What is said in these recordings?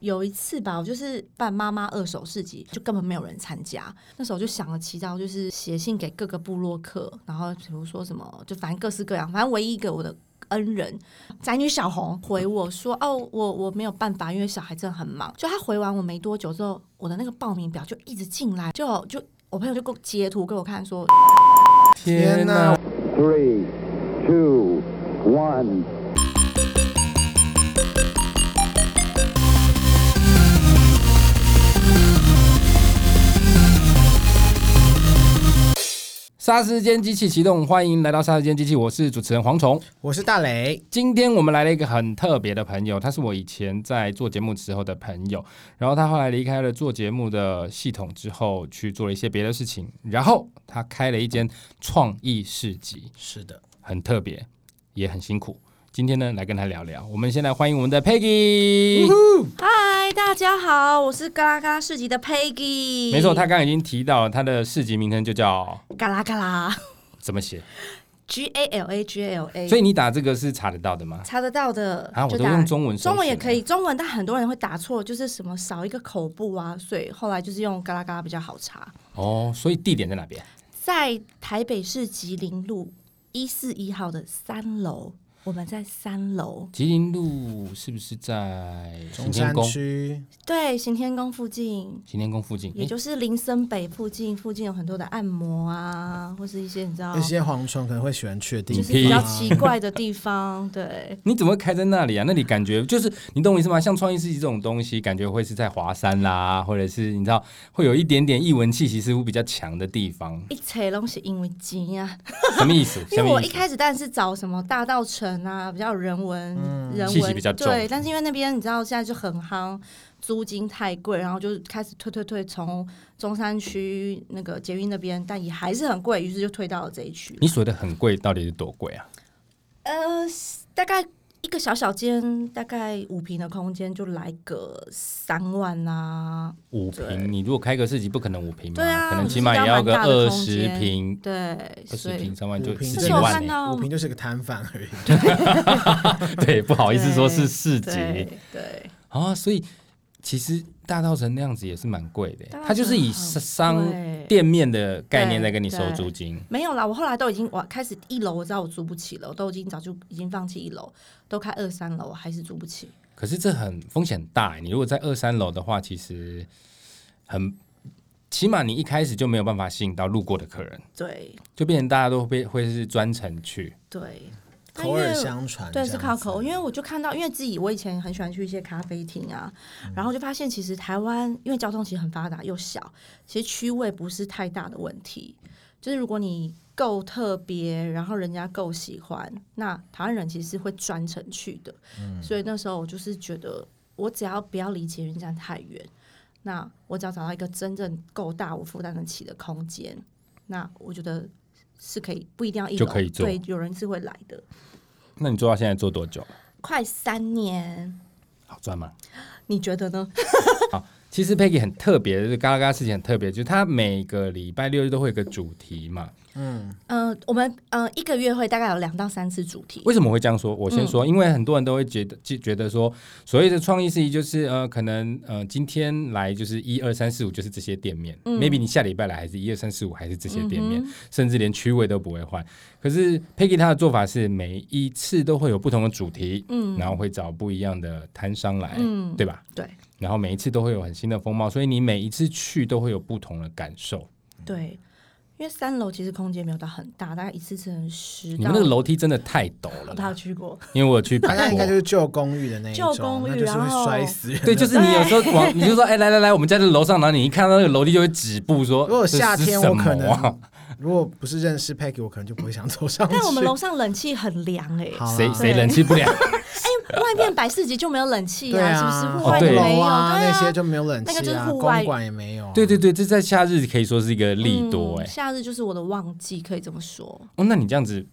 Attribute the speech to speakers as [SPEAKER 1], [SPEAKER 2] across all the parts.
[SPEAKER 1] 有一次吧，我就是办妈妈二手市集，就根本没有人参加。那时候就想了奇招，就是写信给各个部落客，然后比如说什么，就反正各式各样，反正唯一一个我的。恩人宅女小红回我说：“哦，我我没有办法，因为小孩真的很忙。”就她回完我没多久之后，我的那个报名表就一直进来，就就我朋友就给我截图给我看说，
[SPEAKER 2] 天哪！
[SPEAKER 3] Three, two, one.
[SPEAKER 2] 杀时间机器启动，欢迎来到杀时间机器，我是主持人蝗虫。
[SPEAKER 4] 我是大雷，
[SPEAKER 2] 今天我们来了一个很特别的朋友，他是我以前在做节目时候的朋友，然后他后来离开了做节目的系统之后，去做了一些别的事情，然后他开了一间创意市集，
[SPEAKER 4] 是的，
[SPEAKER 2] 很特别，也很辛苦。今天呢，来跟他聊聊。我们先来欢迎我们的 Peggy。
[SPEAKER 1] 嗨，大家好，我是嘎啦嘎啦市集的 Peggy。
[SPEAKER 2] 没错，他刚刚已经提到了他的市集名称就叫
[SPEAKER 1] 嘎啦嘎啦
[SPEAKER 2] 怎么写，
[SPEAKER 1] G A L A G A L A，
[SPEAKER 2] 所以你打这个是查得到的吗？
[SPEAKER 1] 查得到的
[SPEAKER 2] 啊，我
[SPEAKER 1] 就
[SPEAKER 2] 都
[SPEAKER 1] 打
[SPEAKER 2] 用中文搜寻，
[SPEAKER 1] 中文也可以，中文但很多人会打错，就是什么少一个口部啊，所以后来就是用嘎啦嘎啦比较好查。
[SPEAKER 2] 哦。所以地点在哪边？
[SPEAKER 1] 在台北市吉林路一四一号的三楼，我们在三楼，
[SPEAKER 2] 吉林路是不是在行
[SPEAKER 4] 中
[SPEAKER 2] 天
[SPEAKER 4] 山
[SPEAKER 2] 宫？
[SPEAKER 4] 区
[SPEAKER 1] 对，行天宫附近。
[SPEAKER 2] 行天宫附近，
[SPEAKER 1] 也
[SPEAKER 2] 诶
[SPEAKER 1] 就是林森北附近，附近有很多的按摩啊，或是一些你知道，
[SPEAKER 4] 有些蝗虫可能会喜欢去的地
[SPEAKER 1] 就是
[SPEAKER 4] 方，
[SPEAKER 1] 比
[SPEAKER 2] 啊
[SPEAKER 1] 较奇怪的地方。对，
[SPEAKER 2] 你怎么会开在那里啊？那里感觉就是你懂我意思吗？像创意市集这种东西，感觉会是在华山啦，或者是你知道会有一点点艺文气息似乎比较强的 地方，
[SPEAKER 1] 一切都是因为钱啊。
[SPEAKER 2] 什么意思？
[SPEAKER 1] 因为
[SPEAKER 2] 什么
[SPEAKER 1] 我
[SPEAKER 2] 意
[SPEAKER 1] 一
[SPEAKER 2] 思
[SPEAKER 1] 开始当然是找什么大道城啊，比较人文、人
[SPEAKER 2] 嗯气
[SPEAKER 1] 文
[SPEAKER 2] 息比较重
[SPEAKER 1] 对，但是因为那边你知道现在就很夯，租金太贵，然后就开始退退退，从中山区那个捷运那边，但也还是很贵，于是就退到了这一区。
[SPEAKER 2] 你所谓的很贵到底是多贵啊？
[SPEAKER 1] 呃，大概一个小小间，大概五平的空间就来个三万啊，
[SPEAKER 2] 五
[SPEAKER 1] 对
[SPEAKER 2] 平，你如果开个市集，不可能五平嘛，
[SPEAKER 1] 对啊，
[SPEAKER 2] 可能
[SPEAKER 1] 我
[SPEAKER 2] 起
[SPEAKER 1] 就是
[SPEAKER 2] 码也要
[SPEAKER 1] 蛮
[SPEAKER 2] 个
[SPEAKER 1] 大的
[SPEAKER 2] 二
[SPEAKER 1] 空
[SPEAKER 2] 十
[SPEAKER 1] 间
[SPEAKER 2] 平、
[SPEAKER 1] 对，
[SPEAKER 2] 二
[SPEAKER 1] 所
[SPEAKER 2] 十
[SPEAKER 1] 以
[SPEAKER 2] 平，三万就
[SPEAKER 4] 五平
[SPEAKER 2] 十
[SPEAKER 1] 这
[SPEAKER 2] 几
[SPEAKER 1] 是我
[SPEAKER 2] 万欸
[SPEAKER 1] 看
[SPEAKER 2] 呢、
[SPEAKER 1] 到
[SPEAKER 4] 五平就是个摊贩而已。
[SPEAKER 2] 对，不好意思说是
[SPEAKER 1] 对
[SPEAKER 2] 市集
[SPEAKER 1] 对对。
[SPEAKER 2] 啊，所以其实大稻城那样子也是蛮贵的
[SPEAKER 1] 大稻，城
[SPEAKER 2] 它就是以
[SPEAKER 1] 很
[SPEAKER 2] 商
[SPEAKER 1] 贵
[SPEAKER 2] 店面的概念在跟你
[SPEAKER 1] 对
[SPEAKER 2] 收
[SPEAKER 1] 对
[SPEAKER 2] 租金。
[SPEAKER 1] 没有啦，我后来都已经我开始一楼，我知道我租不起了，我都已经早就已经放弃一楼，都开二三楼，我还是租不起。
[SPEAKER 2] 可是这很风险很大欸，你如果在二三楼的话，其实很，起码你一开始就没有办法吸引到路过的客人，
[SPEAKER 1] 对
[SPEAKER 2] 就变成大家都会会是专程去。
[SPEAKER 1] 对，那
[SPEAKER 4] 口
[SPEAKER 1] 因为
[SPEAKER 4] 耳相传
[SPEAKER 1] 对
[SPEAKER 4] 这样子，
[SPEAKER 1] 是靠口，因为我就看到，因为自己我以前很喜欢去一些咖啡厅啊，
[SPEAKER 4] 嗯
[SPEAKER 1] 然后就发现其实台湾因为交通其实很发达又小，其实区位不是太大的问题，就是如果你够特别，然后人家够喜欢，那台湾人其实是会专程去的，
[SPEAKER 2] 嗯
[SPEAKER 1] 所以那时候我就是觉得，我只要不要离捷运站太远，那我只要找到一个真正够大我负担得起的空间，那我觉得。是可以，不一定要一
[SPEAKER 2] 就
[SPEAKER 1] 楼
[SPEAKER 2] 可以做
[SPEAKER 1] 对，有人是会来的。
[SPEAKER 2] 那你做到现在做多久了？
[SPEAKER 1] 快三年，
[SPEAKER 2] 好赚吗？
[SPEAKER 1] 你觉得呢？
[SPEAKER 2] 其实 Peggy 很特别，就是嘎啦嘎事情很特别，就是他每个礼拜六日都会有一个主题嘛。
[SPEAKER 1] 呃，我们呃一个月会大概有两到三次主题，
[SPEAKER 2] 为什么会这样说？我先说，因为很多人都会觉得觉觉得说，所谓的创意事宜就是呃，可能呃，今天来就是一二三四五就是这些店面、m a y b e 你下礼拜来还是一二三四五还是这些店面，甚至连区位都不会换。可是 Peggy 她的做法是每一次都会有不同的主题，嗯，然后会找不一样的摊商来，
[SPEAKER 1] 嗯
[SPEAKER 2] 对吧？
[SPEAKER 1] 对
[SPEAKER 2] 然后每一次都会有很新的风貌，所以你每一次去都会有不同的感受。
[SPEAKER 1] 对，因为三楼其实空间没有到很大，大概一次只能十
[SPEAKER 2] 你
[SPEAKER 1] 到
[SPEAKER 2] 们那个楼哦梯真的太陡
[SPEAKER 1] 我
[SPEAKER 2] 了，
[SPEAKER 1] 他有去过，
[SPEAKER 2] 因为我有去
[SPEAKER 4] 大
[SPEAKER 2] 百
[SPEAKER 4] 家应该就
[SPEAKER 2] 货。
[SPEAKER 4] 是旧公寓的那一种，
[SPEAKER 1] 旧公寓哦
[SPEAKER 4] 那就是
[SPEAKER 1] 然后
[SPEAKER 4] 会摔死人。
[SPEAKER 2] 对，就是你有时候 往，你就说，哎、来来来，我们家的楼上，然后你一看到那个楼梯就会止步说，
[SPEAKER 4] 如果
[SPEAKER 2] 这
[SPEAKER 4] 夏
[SPEAKER 2] 是
[SPEAKER 4] 天
[SPEAKER 2] 什
[SPEAKER 4] 我可
[SPEAKER 2] 么
[SPEAKER 4] 能
[SPEAKER 2] 啊
[SPEAKER 4] 如果不是认识 Peggy，我可能就不会想走上去。
[SPEAKER 1] 但我们楼上冷气很凉哎、
[SPEAKER 4] 好啊
[SPEAKER 2] 谁谁
[SPEAKER 1] 对
[SPEAKER 2] 冷气不 良，
[SPEAKER 1] 外面百事集就没有冷气
[SPEAKER 4] 对
[SPEAKER 1] 是不
[SPEAKER 4] 啊，
[SPEAKER 1] 是？户
[SPEAKER 2] 哦
[SPEAKER 1] 外
[SPEAKER 2] 对
[SPEAKER 1] 就
[SPEAKER 4] 楼
[SPEAKER 1] 没有，
[SPEAKER 4] 啊
[SPEAKER 1] 对
[SPEAKER 4] 那些就没有冷
[SPEAKER 1] 那个
[SPEAKER 4] 气
[SPEAKER 1] 就是
[SPEAKER 4] 啊，
[SPEAKER 1] 户外
[SPEAKER 4] 公馆也没有。
[SPEAKER 2] 对对对，这在夏日可以说是一个利多哎、
[SPEAKER 4] 欸
[SPEAKER 1] 嗯夏日就是我的旺季，可以这么说。
[SPEAKER 4] 啊
[SPEAKER 2] 哦，那你这样子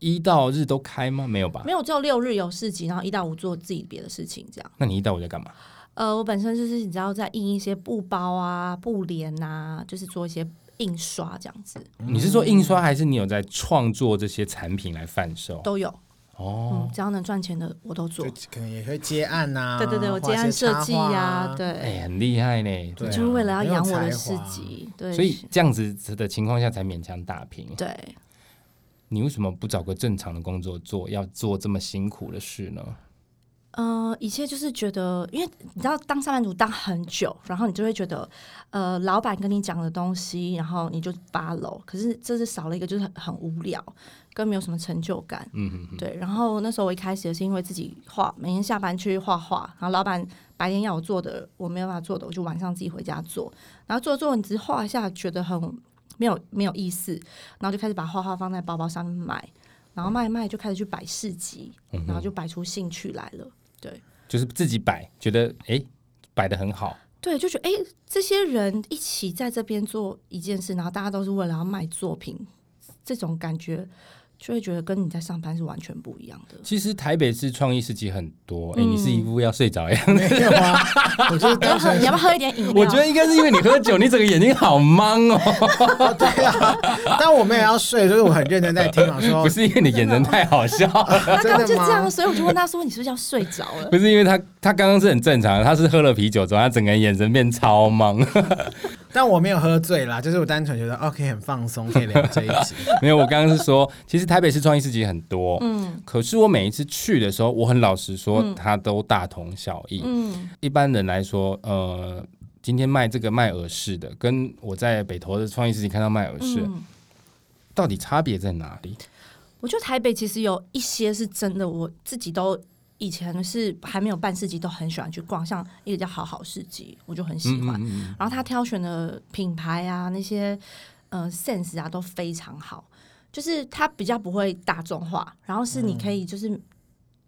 [SPEAKER 2] 一到日都开吗？没有吧？
[SPEAKER 1] 没有，只有六日有市集，然后一到五做自己别的事情，这样。
[SPEAKER 2] 那你一到五在干嘛？
[SPEAKER 1] 呃，我本身就是你知道在印一些布包啊、布帘啊，就是做一些印刷这样子
[SPEAKER 4] 哦
[SPEAKER 2] 你是说印刷，还是你有在创作这些产品来贩售？
[SPEAKER 1] 都有。
[SPEAKER 2] 哦
[SPEAKER 1] 嗯，，只要能赚钱的我都做
[SPEAKER 4] 就。可能也可以接案啊呐、
[SPEAKER 1] 对对对，我接
[SPEAKER 4] 画一些
[SPEAKER 1] 案设计
[SPEAKER 4] 插画
[SPEAKER 1] 呀、
[SPEAKER 4] 啊，
[SPEAKER 1] 对，
[SPEAKER 2] 哎，很厉害呢，
[SPEAKER 4] 对啊
[SPEAKER 1] 就是为了要
[SPEAKER 4] 很有
[SPEAKER 1] 养我的
[SPEAKER 4] 才
[SPEAKER 1] 市
[SPEAKER 4] 华
[SPEAKER 1] 集。对，
[SPEAKER 2] 所以这样子的情况下才勉强打平。
[SPEAKER 1] 对，
[SPEAKER 2] 你为什么不找个正常的工作做，要做这么辛苦的事呢？
[SPEAKER 1] 呃，一切就是觉得，因为你知道当上班族当很久，然后你就会觉得，呃，老板跟你讲的东西，然后你就 follow，可是这是少了一个就是很很无聊，跟没有什么成就感。
[SPEAKER 2] 嗯哼哼，
[SPEAKER 1] 对，然后那时候我一开始也是因为自己画，每天下班去画画，然后老板白天要我做的，我没有办法做的，我就晚上自己回家做。然后做做，你只是画一下，觉得很没有没有意思，然后就开始把画画放在包包上面卖，然后卖一卖就开始去摆市集，
[SPEAKER 2] 嗯
[SPEAKER 1] 然后就摆出兴趣来了。
[SPEAKER 2] 就是自己摆，觉得哎摆的很好，
[SPEAKER 1] 对，就觉得哎、诶这些人一起在这边做一件事，然后大家都是为了要卖作品，这种感觉就会觉得跟你在上班是完全不一样的。
[SPEAKER 2] 其实台北市创意市集很多，哎、你是一副要睡着呀？
[SPEAKER 4] 没有啊，我就
[SPEAKER 1] 你
[SPEAKER 4] 是
[SPEAKER 1] 要
[SPEAKER 4] 单
[SPEAKER 1] 喝，
[SPEAKER 4] 纯
[SPEAKER 1] 你要不要喝一点饮料？
[SPEAKER 2] 我觉得应该是因为你喝酒，你整个眼睛好懵哦，
[SPEAKER 4] 对啊，但我没有要睡，所以我很认真在听啊，说
[SPEAKER 2] 不 是因为你眼神太好笑了，
[SPEAKER 1] 他刚
[SPEAKER 4] 真
[SPEAKER 1] 刚就
[SPEAKER 4] 的
[SPEAKER 1] 这样，
[SPEAKER 4] 吗？
[SPEAKER 1] 所以我就问他说：“你是不是要睡着了
[SPEAKER 2] 不是因为他他刚刚是很正常的，他是喝了啤酒之后，他整个人眼神变超懵。
[SPEAKER 4] 但我没有喝醉啦，就是我单纯觉得 OK 很放松，可以聊这一集。
[SPEAKER 2] 没有，我刚刚是说，其实台北市创意市集很多，嗯，可是我每一次去的时候，我很老实说，它都大同小异。？”
[SPEAKER 1] 嗯，
[SPEAKER 2] 一般人来说，呃，今天卖这个卖耳饰的，跟我在北投的创意市集看到卖耳饰，
[SPEAKER 1] 嗯
[SPEAKER 2] 到底差别在哪里？
[SPEAKER 1] 我觉得台北其实有一些是真的，我自己都以前是还没有办市集，都很喜欢去逛，像一个叫好好市集，我就很喜欢。
[SPEAKER 2] 嗯
[SPEAKER 1] 然后他挑选的品牌啊，那些呃 sense 啊都非常好，就是他比较不会大众化，然后
[SPEAKER 2] 嗯
[SPEAKER 1] 是你可以就是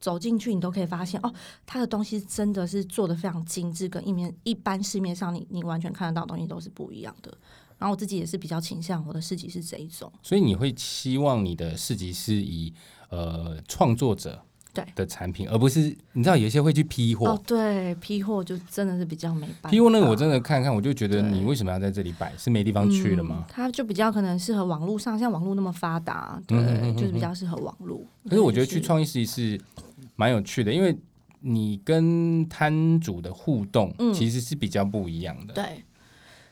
[SPEAKER 1] 走进去，你都可以发现、哦，他的东西真的是做的非常精致，跟一面一般市面上你你完全看得到的东西都是不一样的。然后我自己也是比较倾向我的市集是这一种，
[SPEAKER 2] 所以你会期望你的市集是以呃创作者
[SPEAKER 1] 对
[SPEAKER 2] 的产品，而不是你知道有一些会去批货。
[SPEAKER 1] 哦，对，批货就真的是比较没办法。
[SPEAKER 2] 批货那个我真的看看，我就觉得
[SPEAKER 1] 对
[SPEAKER 2] 你为什么要在这里摆？是没地方去了吗
[SPEAKER 1] 嗯？它就比较可能适合网络上，像网络那么发达，对，
[SPEAKER 2] 嗯嗯嗯嗯
[SPEAKER 1] 就是比较适合网络。
[SPEAKER 2] 可是我觉得去
[SPEAKER 1] 就是
[SPEAKER 2] 创意市集是蛮有趣的，因为你跟摊主的互动
[SPEAKER 1] 嗯
[SPEAKER 2] 其实是比较不一样的。
[SPEAKER 1] 对，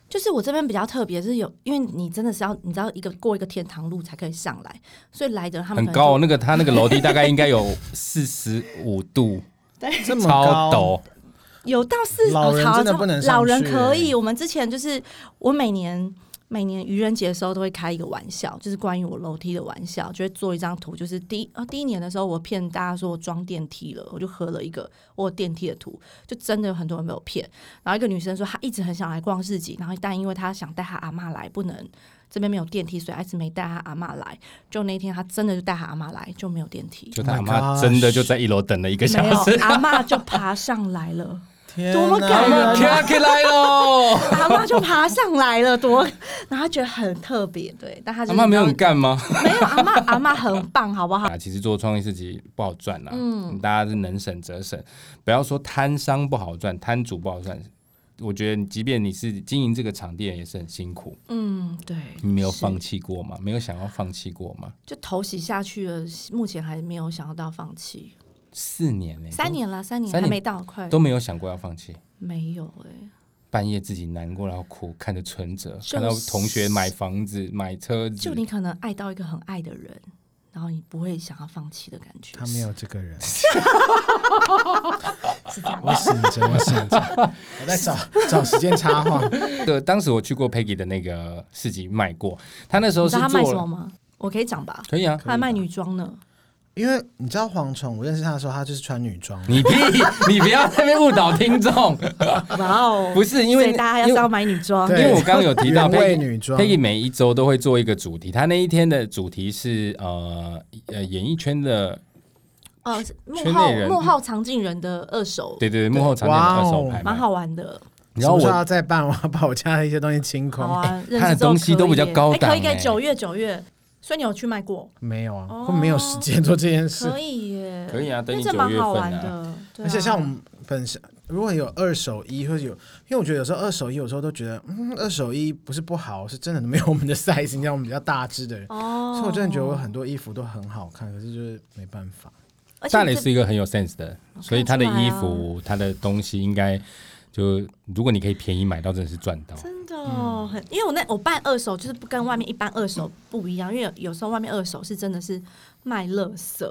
[SPEAKER 1] 就是我这边比较特别，是有因为你真的是要你知道一个过一个天堂路才可以上来，所以来的人他们
[SPEAKER 2] 很
[SPEAKER 1] 可能
[SPEAKER 2] 高哦，
[SPEAKER 1] 就
[SPEAKER 2] 那个它那个楼梯大概应该有四十五度，
[SPEAKER 4] 这么
[SPEAKER 2] 超
[SPEAKER 4] 高，
[SPEAKER 2] 陡。
[SPEAKER 1] 有到四
[SPEAKER 4] 老人
[SPEAKER 1] 好
[SPEAKER 4] 真的
[SPEAKER 1] 超
[SPEAKER 4] 不能上
[SPEAKER 1] 老人
[SPEAKER 4] 去
[SPEAKER 1] 可以。
[SPEAKER 4] 欸
[SPEAKER 1] 我们之前就是我每年。每年愚人节的时候都会开一个玩笑，就是关于我楼梯的玩笑，就会做一张图。就是第一啊，第一年的时候我骗大家说我装电梯了，我就合了一个我有电梯的图，就真的有很多人被我骗。然后一个女生说她一直很想来逛市集，然后但因为她想带她阿嬷来，不能这边没有电梯，所以她一直没带她阿嬷来。就那天她真的就带她阿嬷来，就没有电梯，
[SPEAKER 2] 就他
[SPEAKER 4] Oh my
[SPEAKER 2] 妈
[SPEAKER 4] gosh
[SPEAKER 2] 真的就在一楼等了一个
[SPEAKER 1] 没
[SPEAKER 2] 小
[SPEAKER 1] 有
[SPEAKER 2] 时，
[SPEAKER 1] 阿嬷就爬上来了。
[SPEAKER 4] 天
[SPEAKER 1] 多么
[SPEAKER 4] 哪
[SPEAKER 1] 感 人
[SPEAKER 4] 天
[SPEAKER 2] 爬起来 喽！
[SPEAKER 1] 阿妈就爬上来了，多，然后她觉得很特别，对，但她就
[SPEAKER 2] 阿
[SPEAKER 1] 是
[SPEAKER 2] 妈没有很干吗？
[SPEAKER 1] 没有阿妈，阿妈很棒，好不好？
[SPEAKER 2] 啊，其实做创意市集不好赚啦，嗯，大家是能省则省，不要说摊商不好赚，摊主不好赚。我觉得，你即便你是经营这个场地，也是很辛苦。
[SPEAKER 1] 嗯，对，
[SPEAKER 2] 你没有
[SPEAKER 1] 是
[SPEAKER 2] 放弃过吗？没有想要放弃过吗？
[SPEAKER 1] 就头洗下去了，目前还没有想要到放弃，
[SPEAKER 2] 四年呢、
[SPEAKER 1] 三年了，三年
[SPEAKER 2] 三
[SPEAKER 1] 还
[SPEAKER 2] 年
[SPEAKER 1] 没到，快
[SPEAKER 2] 都没有想过要放弃。
[SPEAKER 1] 没有哎、
[SPEAKER 2] 半夜自己难过，然后哭，看着存折，
[SPEAKER 1] 是
[SPEAKER 2] 看到同学买房子、买车子，
[SPEAKER 1] 就你可能爱到一个很爱的人，然后你不会想要放弃的感觉
[SPEAKER 4] 他，没有这 个人，
[SPEAKER 1] 是这样。
[SPEAKER 4] 我醒着，我醒着，我在找找时间插话。
[SPEAKER 2] 对，当时我去过 Peggy 的那个市集卖过，他那时候
[SPEAKER 1] 你
[SPEAKER 2] 是
[SPEAKER 1] 知道他
[SPEAKER 2] 做
[SPEAKER 1] 卖什么吗？我可以讲吧，
[SPEAKER 2] 可以啊，
[SPEAKER 1] 他还卖女装呢，
[SPEAKER 4] 因为你知道蝗虫，我认识他的时候，他就是穿女装。
[SPEAKER 2] 你屁，你不要在那边误导听众，
[SPEAKER 1] 哇哦！
[SPEAKER 2] 不是因为
[SPEAKER 1] 所以大家要是要买女装，
[SPEAKER 2] 因
[SPEAKER 4] 对
[SPEAKER 2] 为我刚刚有提 到
[SPEAKER 4] 原味
[SPEAKER 2] Peggy
[SPEAKER 4] 女装
[SPEAKER 2] Peggy 每一周都会做一个主题，他那一天的主题是呃呃演艺圈的，
[SPEAKER 1] 呃，幕
[SPEAKER 2] 圈
[SPEAKER 1] 后
[SPEAKER 2] 内人
[SPEAKER 1] 幕后藏镜人的二手，
[SPEAKER 2] 对对对，幕后场景的
[SPEAKER 4] 哇
[SPEAKER 2] 二
[SPEAKER 4] 哦
[SPEAKER 2] 手拍
[SPEAKER 1] 蛮
[SPEAKER 2] 卖。
[SPEAKER 1] 好玩的。
[SPEAKER 2] 然后
[SPEAKER 4] 什么时候要
[SPEAKER 2] 我哦
[SPEAKER 4] 再办，我要把我家的一些东西清空。
[SPEAKER 1] 好啊，认
[SPEAKER 2] 他的
[SPEAKER 1] 识之后
[SPEAKER 2] 东西
[SPEAKER 1] 可
[SPEAKER 2] 都比
[SPEAKER 1] 以
[SPEAKER 2] 较
[SPEAKER 1] 耶
[SPEAKER 2] 高
[SPEAKER 1] 哎可以
[SPEAKER 2] 档
[SPEAKER 1] 给
[SPEAKER 2] 哎
[SPEAKER 1] 九月九月，所以你有去卖过？
[SPEAKER 4] 没有啊，
[SPEAKER 1] 哦
[SPEAKER 4] 会没有时间做这件事。
[SPEAKER 1] 可以耶，
[SPEAKER 2] 可以啊等
[SPEAKER 1] 那
[SPEAKER 2] 你
[SPEAKER 1] 这
[SPEAKER 2] 九
[SPEAKER 1] 蛮
[SPEAKER 2] 月
[SPEAKER 1] 好
[SPEAKER 2] 份
[SPEAKER 1] 玩
[SPEAKER 2] 啊
[SPEAKER 1] 的。对
[SPEAKER 4] 而且
[SPEAKER 1] 啊
[SPEAKER 4] 像我们本身如果有二手衣，或者有，因为我觉得有时候二手衣，有时候都觉得，嗯，二手衣不是不好，是真的没有我们的 size。你知道我们比较大只的人，
[SPEAKER 1] 哦，
[SPEAKER 4] 所以我真的觉得我很多衣服都很好看，可是就是没办法。
[SPEAKER 1] 而且
[SPEAKER 2] 大磊
[SPEAKER 1] 这
[SPEAKER 2] 是一个很有 sense 的，所以他的
[SPEAKER 1] 看得
[SPEAKER 2] 衣
[SPEAKER 1] 出来啊
[SPEAKER 2] 服、他的东西应该就，如果你可以便宜买到，真的是赚到。
[SPEAKER 1] 真的哦很，因为我那我办二手就是不跟外面一般二手不一样，因为有有时候外面二手是真的是卖垃圾，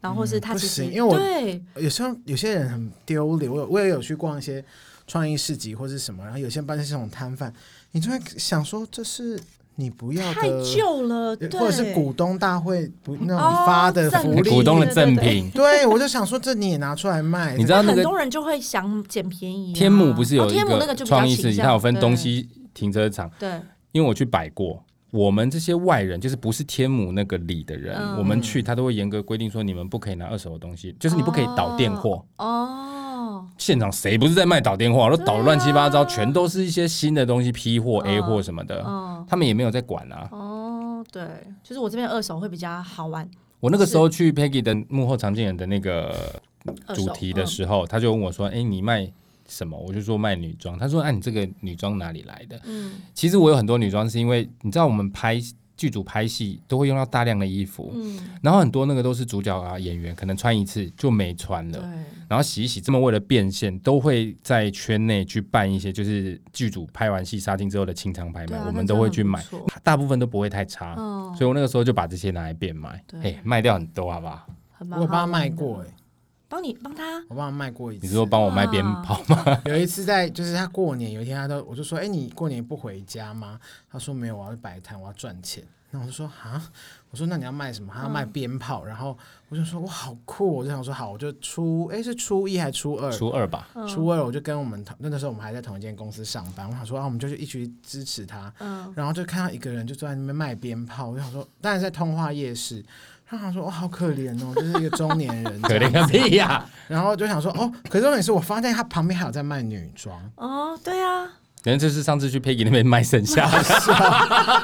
[SPEAKER 1] 然后或是他
[SPEAKER 4] 嗯不
[SPEAKER 1] 其实、
[SPEAKER 4] 行因为我
[SPEAKER 1] 对
[SPEAKER 4] 有时候有些人很丢脸，我有我也有去逛一些创意市集或是什么，然后有些班是这种摊贩，你就会想说这是你不要的，呃
[SPEAKER 1] 太旧了，对，
[SPEAKER 4] 或者是股东大会不那
[SPEAKER 1] 哦
[SPEAKER 4] 种发的
[SPEAKER 1] 赠
[SPEAKER 4] 福利，
[SPEAKER 2] 股东的赠
[SPEAKER 1] 对对对
[SPEAKER 2] 品，
[SPEAKER 4] 对我就想说这你也拿出来卖，
[SPEAKER 2] 你知道那
[SPEAKER 1] 很
[SPEAKER 2] 个
[SPEAKER 1] 多人就会想捡便宜啊、
[SPEAKER 2] 天母不是有
[SPEAKER 1] 哦
[SPEAKER 2] 一
[SPEAKER 1] 天母那个就比较
[SPEAKER 2] 创意
[SPEAKER 1] 倾
[SPEAKER 2] 市集，
[SPEAKER 1] 向
[SPEAKER 2] 它有分
[SPEAKER 1] 对
[SPEAKER 2] 东西停车场，
[SPEAKER 1] 对
[SPEAKER 2] 因为我去摆过。我们这些外人，就是不是天母那个里的人，
[SPEAKER 1] 嗯
[SPEAKER 2] 我们去他都会严格规定说，你们不可以拿二手的东西，就是你不可以倒店货。
[SPEAKER 1] 哦，
[SPEAKER 2] 现场谁不是在卖倒电话？都倒得乱七八糟，
[SPEAKER 1] 对啊
[SPEAKER 2] 全都是一些新的东西，批货、
[SPEAKER 1] 嗯
[SPEAKER 2] A 货什么的，
[SPEAKER 1] 嗯
[SPEAKER 2] 他们也没有在管啊。
[SPEAKER 1] 哦，对，就是我这边二手会比较好玩，
[SPEAKER 2] 我那个时候去 Peggy 的幕后常见人的那个
[SPEAKER 1] 二手
[SPEAKER 2] 主题的
[SPEAKER 1] 嗯
[SPEAKER 2] 时候，他就问我说：“哎、你卖什么？”我就说卖女装。他说：“哎、你这个女装哪里来的？”
[SPEAKER 1] 嗯
[SPEAKER 2] 其实我有很多女装，是因为你知道我们拍剧组拍戏都会用到大量的衣服，
[SPEAKER 1] 嗯，
[SPEAKER 2] 然后很多那个都是主角啊演员可能穿一次就没穿了
[SPEAKER 1] 对。，
[SPEAKER 2] 然后洗一洗，这么为了变现，都会在圈内去办一些，就是剧组拍完戏杀青之后的清仓拍卖，
[SPEAKER 1] 对啊
[SPEAKER 2] 我
[SPEAKER 1] 那真
[SPEAKER 2] 们都
[SPEAKER 1] 的
[SPEAKER 2] 会
[SPEAKER 1] 很
[SPEAKER 2] 去
[SPEAKER 1] 不
[SPEAKER 2] 买
[SPEAKER 1] 错，
[SPEAKER 2] 大部分都不会太差。
[SPEAKER 1] 嗯，
[SPEAKER 2] 所以我那个时候就把这些拿来变卖，
[SPEAKER 1] 对
[SPEAKER 2] 哎，卖掉很多，好不好？
[SPEAKER 1] 很
[SPEAKER 4] 我
[SPEAKER 1] 蛮
[SPEAKER 4] 有帮
[SPEAKER 1] 好
[SPEAKER 4] 他
[SPEAKER 1] 玩
[SPEAKER 4] 卖
[SPEAKER 1] 的
[SPEAKER 4] 过、欸，
[SPEAKER 1] 帮你帮他
[SPEAKER 4] 我帮他卖过一次。
[SPEAKER 2] 你是说帮我卖鞭炮
[SPEAKER 1] 啊
[SPEAKER 2] 吗？
[SPEAKER 4] 有一次在就是他过年有一天他都我就说哎、你过年不回家吗？他说没有，我要去摆摊，我要赚钱。那我就说啊，我说那你要卖什么？
[SPEAKER 2] 嗯
[SPEAKER 4] 他要卖鞭炮，然后我就说哇好酷，哦我就想说好，我就初哎、是初一还是初二？
[SPEAKER 2] 初二嗯吧，
[SPEAKER 4] 初二我就跟我们同那那时候我们还在同一间公司上班，我想说啊我们就去一起去支持他，
[SPEAKER 1] 嗯
[SPEAKER 4] 然后就看到一个人就坐在那边卖鞭炮，我就想说当然在通化夜市，他想说哇好可怜哦，就是一个中年人
[SPEAKER 2] 可
[SPEAKER 4] 这
[SPEAKER 2] 怜
[SPEAKER 4] 样，
[SPEAKER 2] 个屁呀、
[SPEAKER 4] 然后就想说哦，可是重点是我发现他旁边还有在卖女装。
[SPEAKER 1] 哦，对啊，
[SPEAKER 2] 人家就是上次去 Peggy 那边卖剩 下的，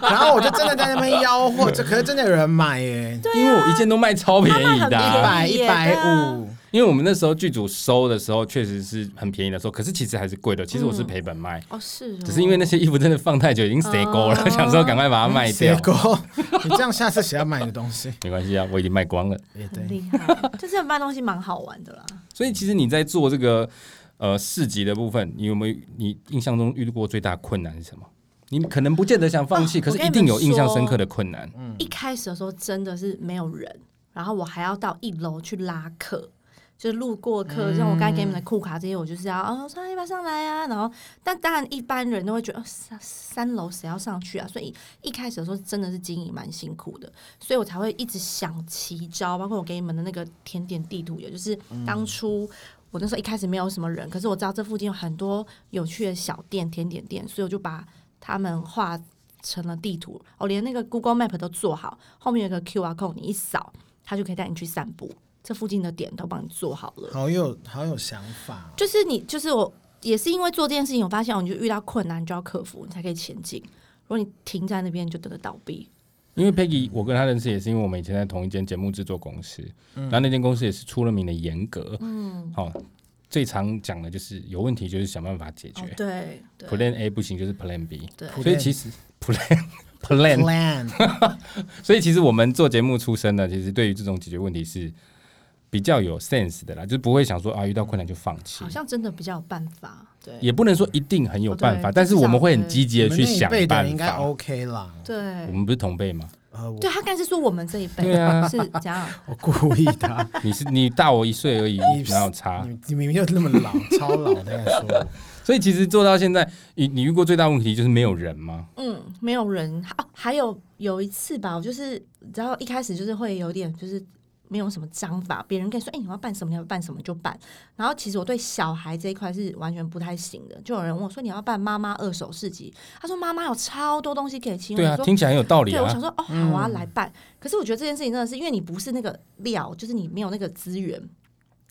[SPEAKER 4] 然后我就真的在那边吆喝，这可是真的有人买耶，
[SPEAKER 2] 因为我一件都卖超便宜的
[SPEAKER 4] 一
[SPEAKER 1] 对
[SPEAKER 2] 啊、
[SPEAKER 1] 啊
[SPEAKER 4] 百一百五，
[SPEAKER 2] 因为我们那时候剧组收的时候确实是很便宜的时候，可是其实还是贵的。其实我是赔本卖，
[SPEAKER 1] 哦是哦，
[SPEAKER 2] 只是因为那些衣服真的放太久已经塞够了，想说赶快把它卖
[SPEAKER 4] 结
[SPEAKER 1] 啊
[SPEAKER 2] 掉。
[SPEAKER 4] 果 你这样下次谁要买你的东西？
[SPEAKER 2] 没关系啊，我已经卖光了。
[SPEAKER 4] 也
[SPEAKER 1] 很
[SPEAKER 4] 对，
[SPEAKER 1] 厉 害，就是卖东西蛮好玩的啦。
[SPEAKER 2] 所以其实你在做这个呃市集的部分，你有没有你印象中遇过最大的困难是什么？你可能不见得想放弃，
[SPEAKER 1] 啊
[SPEAKER 2] 可是
[SPEAKER 1] 我跟
[SPEAKER 2] 一
[SPEAKER 1] 你们嗯
[SPEAKER 2] 定有印象深刻的困难。
[SPEAKER 1] 一开始的时候真的是没有人，然后我还要到一楼去拉客。就是路过客，
[SPEAKER 2] 嗯
[SPEAKER 1] 像我刚才给你们的库卡这些，我就是要啊，哦上一班上来啊。然后，但当然一般人都会觉得，哦三三楼谁要上去啊？所以一开始的时候真的是经营蛮辛苦的，所以我才会一直想奇招，包括我给你们的那个甜点地图，也就是当初我那时候一开始没有什么人，可是我知道这附近有很多有趣的小店、甜点店，所以我就把他们画成了地图，我、连那个 Google Map 都做好，后面有个 QR code，你一扫，它就可以带你去散步。这附近的点都帮你做好了，
[SPEAKER 4] 好有好有想法哦，
[SPEAKER 1] 就是你，就是我，也是因为做这件事情，我发现哦，你就遇到困难，你就要克服，你才可以前进。如果你停在那边，你就等着倒闭。
[SPEAKER 2] 因为 Peggy，我跟他认识也是因为我们以前在同一间节目制作公司，
[SPEAKER 1] 嗯
[SPEAKER 2] 然后那间公司也是出了名的严格。嗯，好、最常讲的就是有问题就是想办法解决。
[SPEAKER 1] 哦，对对
[SPEAKER 2] Plan A 不行就是 Plan B，
[SPEAKER 1] 对
[SPEAKER 2] 所以其实 Plan Plan
[SPEAKER 4] plan
[SPEAKER 2] 所以其实我们做节目出身的，其实对于这种解决问题是比较有 sense 的啦，就是不会想说啊遇到困难就放弃
[SPEAKER 1] 好，像真的比较有办法。对
[SPEAKER 2] 也不能说一定很有办法，
[SPEAKER 1] 哦对
[SPEAKER 2] 但是我们会很积极
[SPEAKER 4] 你
[SPEAKER 2] 的
[SPEAKER 4] 们
[SPEAKER 2] 去
[SPEAKER 4] 那一
[SPEAKER 2] 想
[SPEAKER 4] 辈的人
[SPEAKER 2] 办
[SPEAKER 4] 应该哦
[SPEAKER 2] 法。
[SPEAKER 4] OK 啦，
[SPEAKER 2] 我
[SPEAKER 1] 对
[SPEAKER 2] 们不是同辈吗？
[SPEAKER 4] 呃，我
[SPEAKER 1] 对，他刚才是说我们这一辈
[SPEAKER 2] 对 啊
[SPEAKER 1] 是这样，
[SPEAKER 4] 我故意 的啊，
[SPEAKER 2] 你是你大我一岁而已
[SPEAKER 4] 你，
[SPEAKER 2] 哪有差？
[SPEAKER 4] 你你明明就那么老，超老的在说我，
[SPEAKER 2] 所以其实做到现在，你你遇过最大问题就是没有人吗？
[SPEAKER 1] 嗯，没有人哦。还有有一次吧，我就是你知道一开始就是会有点就是没有什么章法，别人跟你说，哎、你要办什么，你要办什么就办。然后其实我对小孩这一块是完全不太行的，就有人问我说你要办妈妈二手市集，他说妈妈有超多东西可以亲，
[SPEAKER 2] 对啊，
[SPEAKER 1] 我说
[SPEAKER 2] 听起来很有道理
[SPEAKER 1] 对，我想
[SPEAKER 2] 啊。
[SPEAKER 1] 说哦，好啊，来办。可是我觉得这件事情真的是，因为你不是那个料，就是你没有那个资源，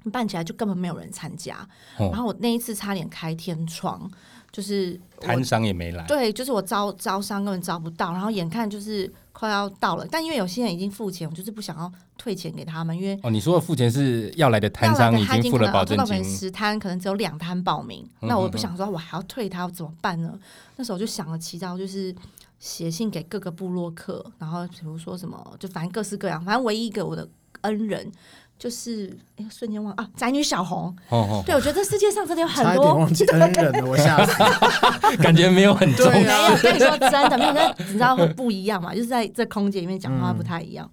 [SPEAKER 1] 你办起来就根本没有人参加。
[SPEAKER 2] 哦
[SPEAKER 1] 然后我那一次差点开天窗，就是我
[SPEAKER 2] 摊商也没来，
[SPEAKER 1] 对，就是我招招商根本招不到，然后眼看就是快要到了，但因为有些人已经付钱，我就是不想要退钱给他们，因为。
[SPEAKER 2] 哦，你说的付钱是要来的摊
[SPEAKER 1] 要来
[SPEAKER 2] 商
[SPEAKER 1] 的
[SPEAKER 2] 已
[SPEAKER 1] 他已
[SPEAKER 2] 经
[SPEAKER 1] 经
[SPEAKER 2] 付
[SPEAKER 1] 可
[SPEAKER 2] 了
[SPEAKER 1] 能
[SPEAKER 2] 保
[SPEAKER 1] 哦
[SPEAKER 2] 证
[SPEAKER 1] 这
[SPEAKER 2] 金
[SPEAKER 1] 边，十摊可能只有两摊报名，
[SPEAKER 2] 嗯
[SPEAKER 1] 那我
[SPEAKER 2] 嗯
[SPEAKER 1] 不
[SPEAKER 2] 嗯
[SPEAKER 1] 想说我还要退他，我怎么办呢？那时候我就想了奇招，就是写信给各个部落客，然后比如说什么，就反正各式各样，反正唯一一个我的恩人就是哎呀瞬间忘了啊，宅女小红。
[SPEAKER 2] 哦
[SPEAKER 1] 对，我觉得这世界上真的 有很
[SPEAKER 4] 差一点
[SPEAKER 1] 多
[SPEAKER 4] 忘记恩人了，我吓死。
[SPEAKER 2] 哦，感觉没有很重。
[SPEAKER 4] 对啊
[SPEAKER 1] 没有，跟你说真的，没有，那 你知道会不一样嘛？就是在这空间里面讲话
[SPEAKER 2] 嗯
[SPEAKER 1] 不太一样。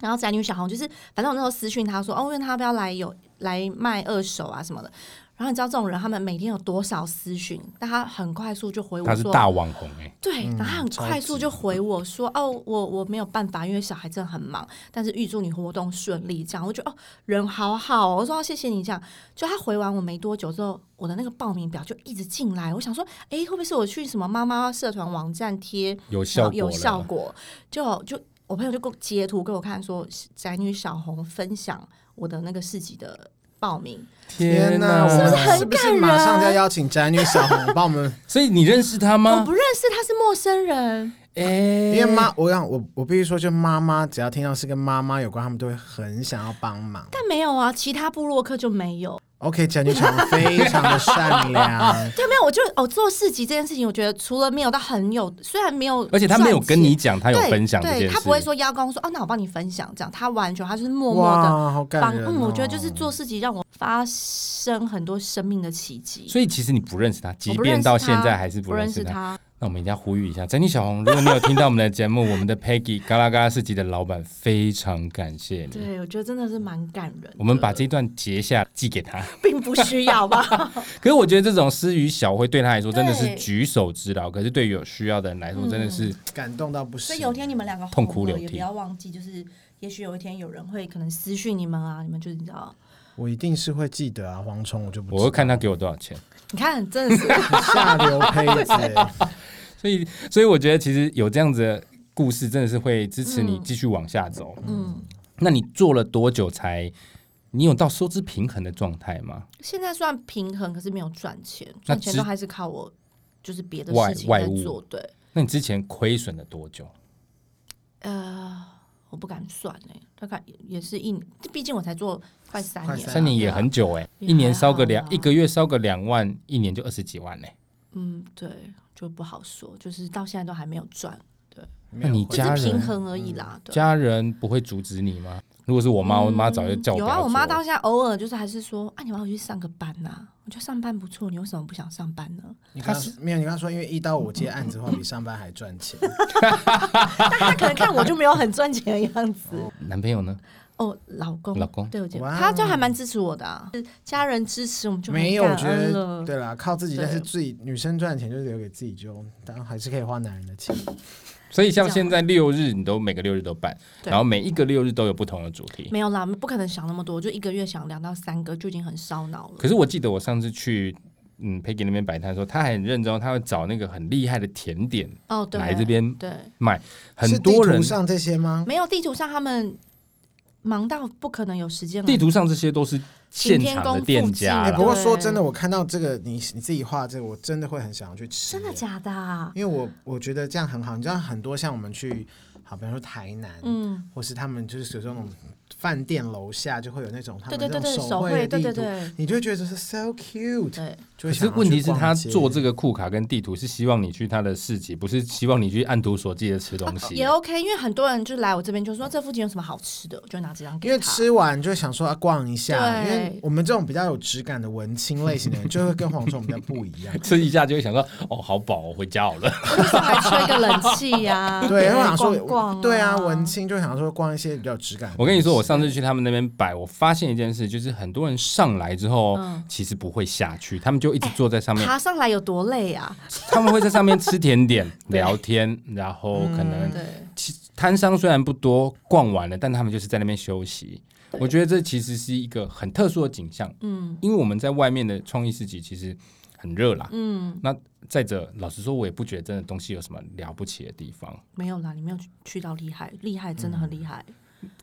[SPEAKER 1] 然后宅女小红就是，反正我那时候私讯她说，哦，问她要不要来有来卖二手啊什么的。然后你知道这种人，他们每天有多少私讯？但他很快速就回
[SPEAKER 2] 他
[SPEAKER 1] 我
[SPEAKER 2] 是
[SPEAKER 1] 说，
[SPEAKER 2] 大网红哎、
[SPEAKER 1] 对，然后他很
[SPEAKER 4] 超
[SPEAKER 1] 快速
[SPEAKER 4] 级
[SPEAKER 1] 就回我说：“哦，我我没有办法，因为小孩真的很忙，但是预祝你活动顺利。”这样，我觉得哦，人好好、哦，我说、哦、谢谢你。这样，就他回完我没多久之后，我的那个报名表就一直进来，我想说，哎，会不会是我去什么妈妈社团网站贴
[SPEAKER 2] 有
[SPEAKER 1] 然
[SPEAKER 2] 效
[SPEAKER 1] 后
[SPEAKER 2] 果
[SPEAKER 1] 有
[SPEAKER 2] 了
[SPEAKER 1] 效果？就就我朋友就给我截图给我看说，宅女小红分享我的那个市集的报名，
[SPEAKER 2] 天 哪，
[SPEAKER 4] 我们
[SPEAKER 1] 是不是很
[SPEAKER 4] 是不是
[SPEAKER 1] 感
[SPEAKER 4] 马上就要
[SPEAKER 1] 人
[SPEAKER 4] 邀请宅女小红帮 我们
[SPEAKER 2] 所以你认识他
[SPEAKER 1] 我
[SPEAKER 2] 吗
[SPEAKER 1] 不？认识，他是陌生人。
[SPEAKER 2] 哎、
[SPEAKER 4] 因为妈，我想我我必须说，就妈妈只要听到是跟妈妈有关，他们都会很想要帮忙。
[SPEAKER 1] 但没有啊，其他部落客就没有。，
[SPEAKER 4] OK，宅女小红非常的善良
[SPEAKER 1] 对，没有，我就哦做市集这件事情，我觉得除了没有到很有，虽然没有，
[SPEAKER 2] 而且他没有跟你。讲，他有
[SPEAKER 1] 对
[SPEAKER 2] 分享这
[SPEAKER 1] 对
[SPEAKER 2] 件事，
[SPEAKER 1] 他不会说邀功说哦，那我帮你分享这样，他完全他就是默默的
[SPEAKER 4] 哇，好
[SPEAKER 1] 帮
[SPEAKER 4] 感。人、哦。
[SPEAKER 1] 嗯，我觉得就是做市集让我发生很多生命的奇迹。
[SPEAKER 2] 所以其实你不认识他，即
[SPEAKER 1] 我不认
[SPEAKER 2] 便
[SPEAKER 1] 识
[SPEAKER 2] 到
[SPEAKER 1] 他
[SPEAKER 2] 现在还是
[SPEAKER 1] 不
[SPEAKER 2] 认
[SPEAKER 1] 识
[SPEAKER 2] 他。
[SPEAKER 1] 他，
[SPEAKER 2] 那我们一定要呼吁一下，珍妮小红，如果你有听到我们的节目，我们的 Peggy 嘎啦嘎啦市集的老板非常感谢你。
[SPEAKER 1] 对我觉得真的是蛮感人的。
[SPEAKER 2] 我们把这一段截下寄给他，
[SPEAKER 1] 并不需要吧？
[SPEAKER 2] 可是我觉得这种私语小会对他来说真的是
[SPEAKER 1] 对嗯
[SPEAKER 2] 举手之劳，可是对于有需要的人来说真的是
[SPEAKER 4] 感动到不行。
[SPEAKER 1] 所以有一天你们两个
[SPEAKER 2] 痛哭
[SPEAKER 1] 红了
[SPEAKER 2] 流涕
[SPEAKER 1] 也不要忘记，就是也许有一天有人会可能私讯你们啊，你们就是你知道，
[SPEAKER 4] 我一定是会记得啊，蝗虫我就不知道
[SPEAKER 2] 我会看他给我多少钱。
[SPEAKER 1] 你看真的是
[SPEAKER 4] 下流胚 子，
[SPEAKER 2] 所以，所以我觉得其实有这样子的故事，真的是会支持你
[SPEAKER 1] 嗯
[SPEAKER 2] 继续往下走。
[SPEAKER 1] 嗯。
[SPEAKER 2] 那你做了多久才？你有到收支平衡的状态吗？
[SPEAKER 1] 现在算平衡，可是没有赚钱，
[SPEAKER 2] 那
[SPEAKER 1] 赚钱
[SPEAKER 2] 只
[SPEAKER 1] 都还是靠我就是别的
[SPEAKER 2] 外
[SPEAKER 1] 事情
[SPEAKER 2] 外
[SPEAKER 1] 在
[SPEAKER 2] 物
[SPEAKER 1] 做。对，
[SPEAKER 2] 那你之前亏损了多久？
[SPEAKER 1] 呃，我不敢算哎、大概也也是一年，毕竟我才做快三
[SPEAKER 4] 快
[SPEAKER 1] 年了，
[SPEAKER 4] 啊
[SPEAKER 2] 三年
[SPEAKER 1] 对
[SPEAKER 2] 也
[SPEAKER 1] 啊
[SPEAKER 2] 很久哎、
[SPEAKER 1] 也
[SPEAKER 2] 一年
[SPEAKER 1] 还
[SPEAKER 2] 烧个
[SPEAKER 1] 好
[SPEAKER 2] 两，
[SPEAKER 1] 啦
[SPEAKER 2] 一个月烧个两万，一年就二十几万欸呢、
[SPEAKER 1] 嗯，对，就不好说，就是到现在都还没有赚，
[SPEAKER 2] 那你
[SPEAKER 1] 只
[SPEAKER 2] 家
[SPEAKER 1] 是平
[SPEAKER 2] 人嗯
[SPEAKER 1] 衡而已啦。对，
[SPEAKER 2] 家人不会阻止你吗？如果是我妈，我妈早就叫
[SPEAKER 1] 嗯
[SPEAKER 2] 我
[SPEAKER 1] 有
[SPEAKER 2] 不
[SPEAKER 1] 啊，
[SPEAKER 2] 要
[SPEAKER 1] 我妈
[SPEAKER 2] 做
[SPEAKER 1] 到现在偶尔就是还是说，啊，你要回去上个班呐、我觉得上班不错，你为什么不想上班呢？
[SPEAKER 4] 你刚没有？你刚说，因为一到五接案子的话，比上班还赚钱。
[SPEAKER 1] 但她可能看我就没有很赚钱的样子。
[SPEAKER 2] 男朋友呢？
[SPEAKER 1] 哦，老公，
[SPEAKER 2] 老公
[SPEAKER 1] 对我觉得
[SPEAKER 4] 哇哦
[SPEAKER 1] 他就还蛮支持我的、啊，是家人支持我们 就很
[SPEAKER 4] 没有，我
[SPEAKER 1] 感
[SPEAKER 4] 觉
[SPEAKER 1] 恩
[SPEAKER 4] 得
[SPEAKER 1] 了。
[SPEAKER 4] 对啦，靠自己，
[SPEAKER 1] 对
[SPEAKER 4] 但是自己女生赚钱就留给自己就，当然还是可以花男人的钱。
[SPEAKER 2] 所以像
[SPEAKER 1] 这样
[SPEAKER 2] 现在六日，你都每个六日都办，
[SPEAKER 1] 对
[SPEAKER 2] 然后每一个六日都有不同的主题。
[SPEAKER 1] 没有啦，不可能想那么多，就一个月想两到三个就已经很烧脑了。
[SPEAKER 2] 可是我记得我上次去嗯 Peggy 那边摆摊的时候，他很认真哦，他会找那个很厉害的甜点
[SPEAKER 1] 哦，对，
[SPEAKER 2] 来这边
[SPEAKER 1] 对，
[SPEAKER 2] 卖，
[SPEAKER 4] 是
[SPEAKER 2] 很
[SPEAKER 4] 地
[SPEAKER 2] 多
[SPEAKER 4] 图
[SPEAKER 2] 人
[SPEAKER 4] 上这些吗？
[SPEAKER 1] 没有地图上他们忙到不可能有时间来
[SPEAKER 2] 地图上这些都是现场的店
[SPEAKER 1] 啊晴天
[SPEAKER 2] 家
[SPEAKER 4] 哎、
[SPEAKER 1] 宫附近
[SPEAKER 2] 啦
[SPEAKER 4] 不
[SPEAKER 1] 的
[SPEAKER 4] 过说真的，我看到这个你你自己画这个，我真的会很想要去吃。
[SPEAKER 1] 真的假的啊？
[SPEAKER 4] 因为我我觉得这样很好，你知道很多像我们去，好比方说台南，
[SPEAKER 1] 嗯，
[SPEAKER 4] 或是他们就是有这种饭店楼下就会有那种他
[SPEAKER 1] 对
[SPEAKER 4] 们
[SPEAKER 1] 对
[SPEAKER 4] 那
[SPEAKER 1] 对对，
[SPEAKER 4] 种
[SPEAKER 1] 手
[SPEAKER 4] 绘
[SPEAKER 1] 绘，
[SPEAKER 4] 的
[SPEAKER 1] 对对
[SPEAKER 4] 地图，
[SPEAKER 1] 对
[SPEAKER 4] 你就会觉得这是 so cute，
[SPEAKER 1] 对，
[SPEAKER 2] 可
[SPEAKER 4] 就
[SPEAKER 2] 是
[SPEAKER 4] 会想
[SPEAKER 2] 问题是，他做这
[SPEAKER 4] 个
[SPEAKER 2] 个库卡跟地图是希望你去他的市集，不是希望你去按图索骥的吃 东西。
[SPEAKER 1] 也。OK，因为很多人就来我这边就说这附近有什么好吃的，我就拿这张给
[SPEAKER 4] 因为
[SPEAKER 1] 他
[SPEAKER 4] 吃完就会想说啊逛一下，因
[SPEAKER 1] 对
[SPEAKER 4] 为我们这种比较有质感的文青类型的人， 就会跟蝗虫比较不一样，
[SPEAKER 2] 吃一下就会想到哦，好饱，我回家好 了。
[SPEAKER 1] 我就是还缺个冷气呀
[SPEAKER 4] 对，因为我想说，
[SPEAKER 1] 逛逛，
[SPEAKER 4] 对啊，文青就想说逛一些比较有质感的东西。
[SPEAKER 2] 我跟你说，我上次去他们那边摆，我发现一件事，就是很多人上来之后，
[SPEAKER 1] 嗯哎
[SPEAKER 2] 其实不会下去，他们就一直坐在上面，
[SPEAKER 1] 爬上来有多累啊？
[SPEAKER 2] 他们会在上面吃 甜点、聊天，然后可能
[SPEAKER 1] 嗯对。
[SPEAKER 2] 其摊商虽然不多，逛完了，但他们就是在那边休息。我觉得这其实是一个很特殊的景象，
[SPEAKER 1] 嗯
[SPEAKER 2] 因为我们在外面的创意市集其实很热啦。
[SPEAKER 1] 嗯，
[SPEAKER 2] 那再者，老实说，我也不觉得真的东西有什么了不起的地方，
[SPEAKER 1] 没有啦，你没有去去到厉害，厉害真的很
[SPEAKER 4] 嗯
[SPEAKER 1] 厉害。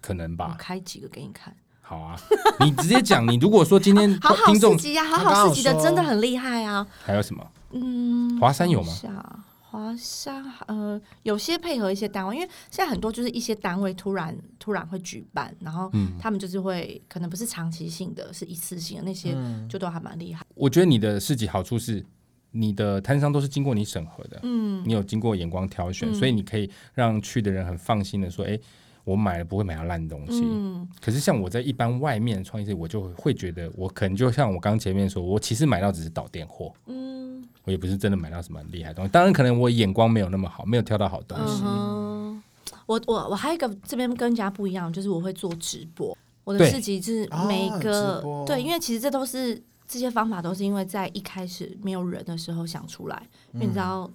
[SPEAKER 2] 可能
[SPEAKER 1] 我
[SPEAKER 2] 吧。
[SPEAKER 1] 开几个给你看，
[SPEAKER 2] 好啊，你直接讲，你如果说今天
[SPEAKER 1] 好好
[SPEAKER 2] 听
[SPEAKER 1] 市
[SPEAKER 2] 众
[SPEAKER 1] 集呀、
[SPEAKER 4] 啊他
[SPEAKER 1] 好
[SPEAKER 4] 刚刚
[SPEAKER 1] 好
[SPEAKER 4] 有
[SPEAKER 1] 市集的
[SPEAKER 4] 说
[SPEAKER 1] 真的很厉害啊。
[SPEAKER 2] 还有什么？
[SPEAKER 1] 嗯，
[SPEAKER 2] 华山有吗
[SPEAKER 1] 等一下华山呃，有些配合一些单位，因为现在很多就是一些单位突然突然会举办，然后
[SPEAKER 4] 嗯
[SPEAKER 1] 他们就是会可能不是长期性的，是一次性的，那些
[SPEAKER 4] 嗯
[SPEAKER 1] 就都还蛮厉害。
[SPEAKER 2] 我觉得你的市集好处是，你的摊商都是经过你审核的，
[SPEAKER 1] 嗯，
[SPEAKER 2] 你有经过眼光挑选，
[SPEAKER 1] 嗯
[SPEAKER 2] 所以你可以让去的人很放心的说，哎、我买了不会买到烂东西。
[SPEAKER 1] 嗯，
[SPEAKER 2] 可是像我在一般外面的创业市，我就会会觉得，我可能就像我刚前面说，我其实买到只是导电货，
[SPEAKER 1] 嗯
[SPEAKER 2] 我也不是真的买到什么很厉害的东西。当然，可能我眼光没有那么好，没有挑到好东
[SPEAKER 1] 嗯
[SPEAKER 2] 西。
[SPEAKER 1] 哼，我我我还有一个这边跟人家不一样，就是我会做直播。我的
[SPEAKER 2] 对啊
[SPEAKER 1] 事情是
[SPEAKER 4] 哦
[SPEAKER 1] 每个、
[SPEAKER 4] 直播
[SPEAKER 1] 对，因为其实这都是这些方法都是因为在一开始没有人的时候想出来，因
[SPEAKER 2] 嗯
[SPEAKER 1] 为你知道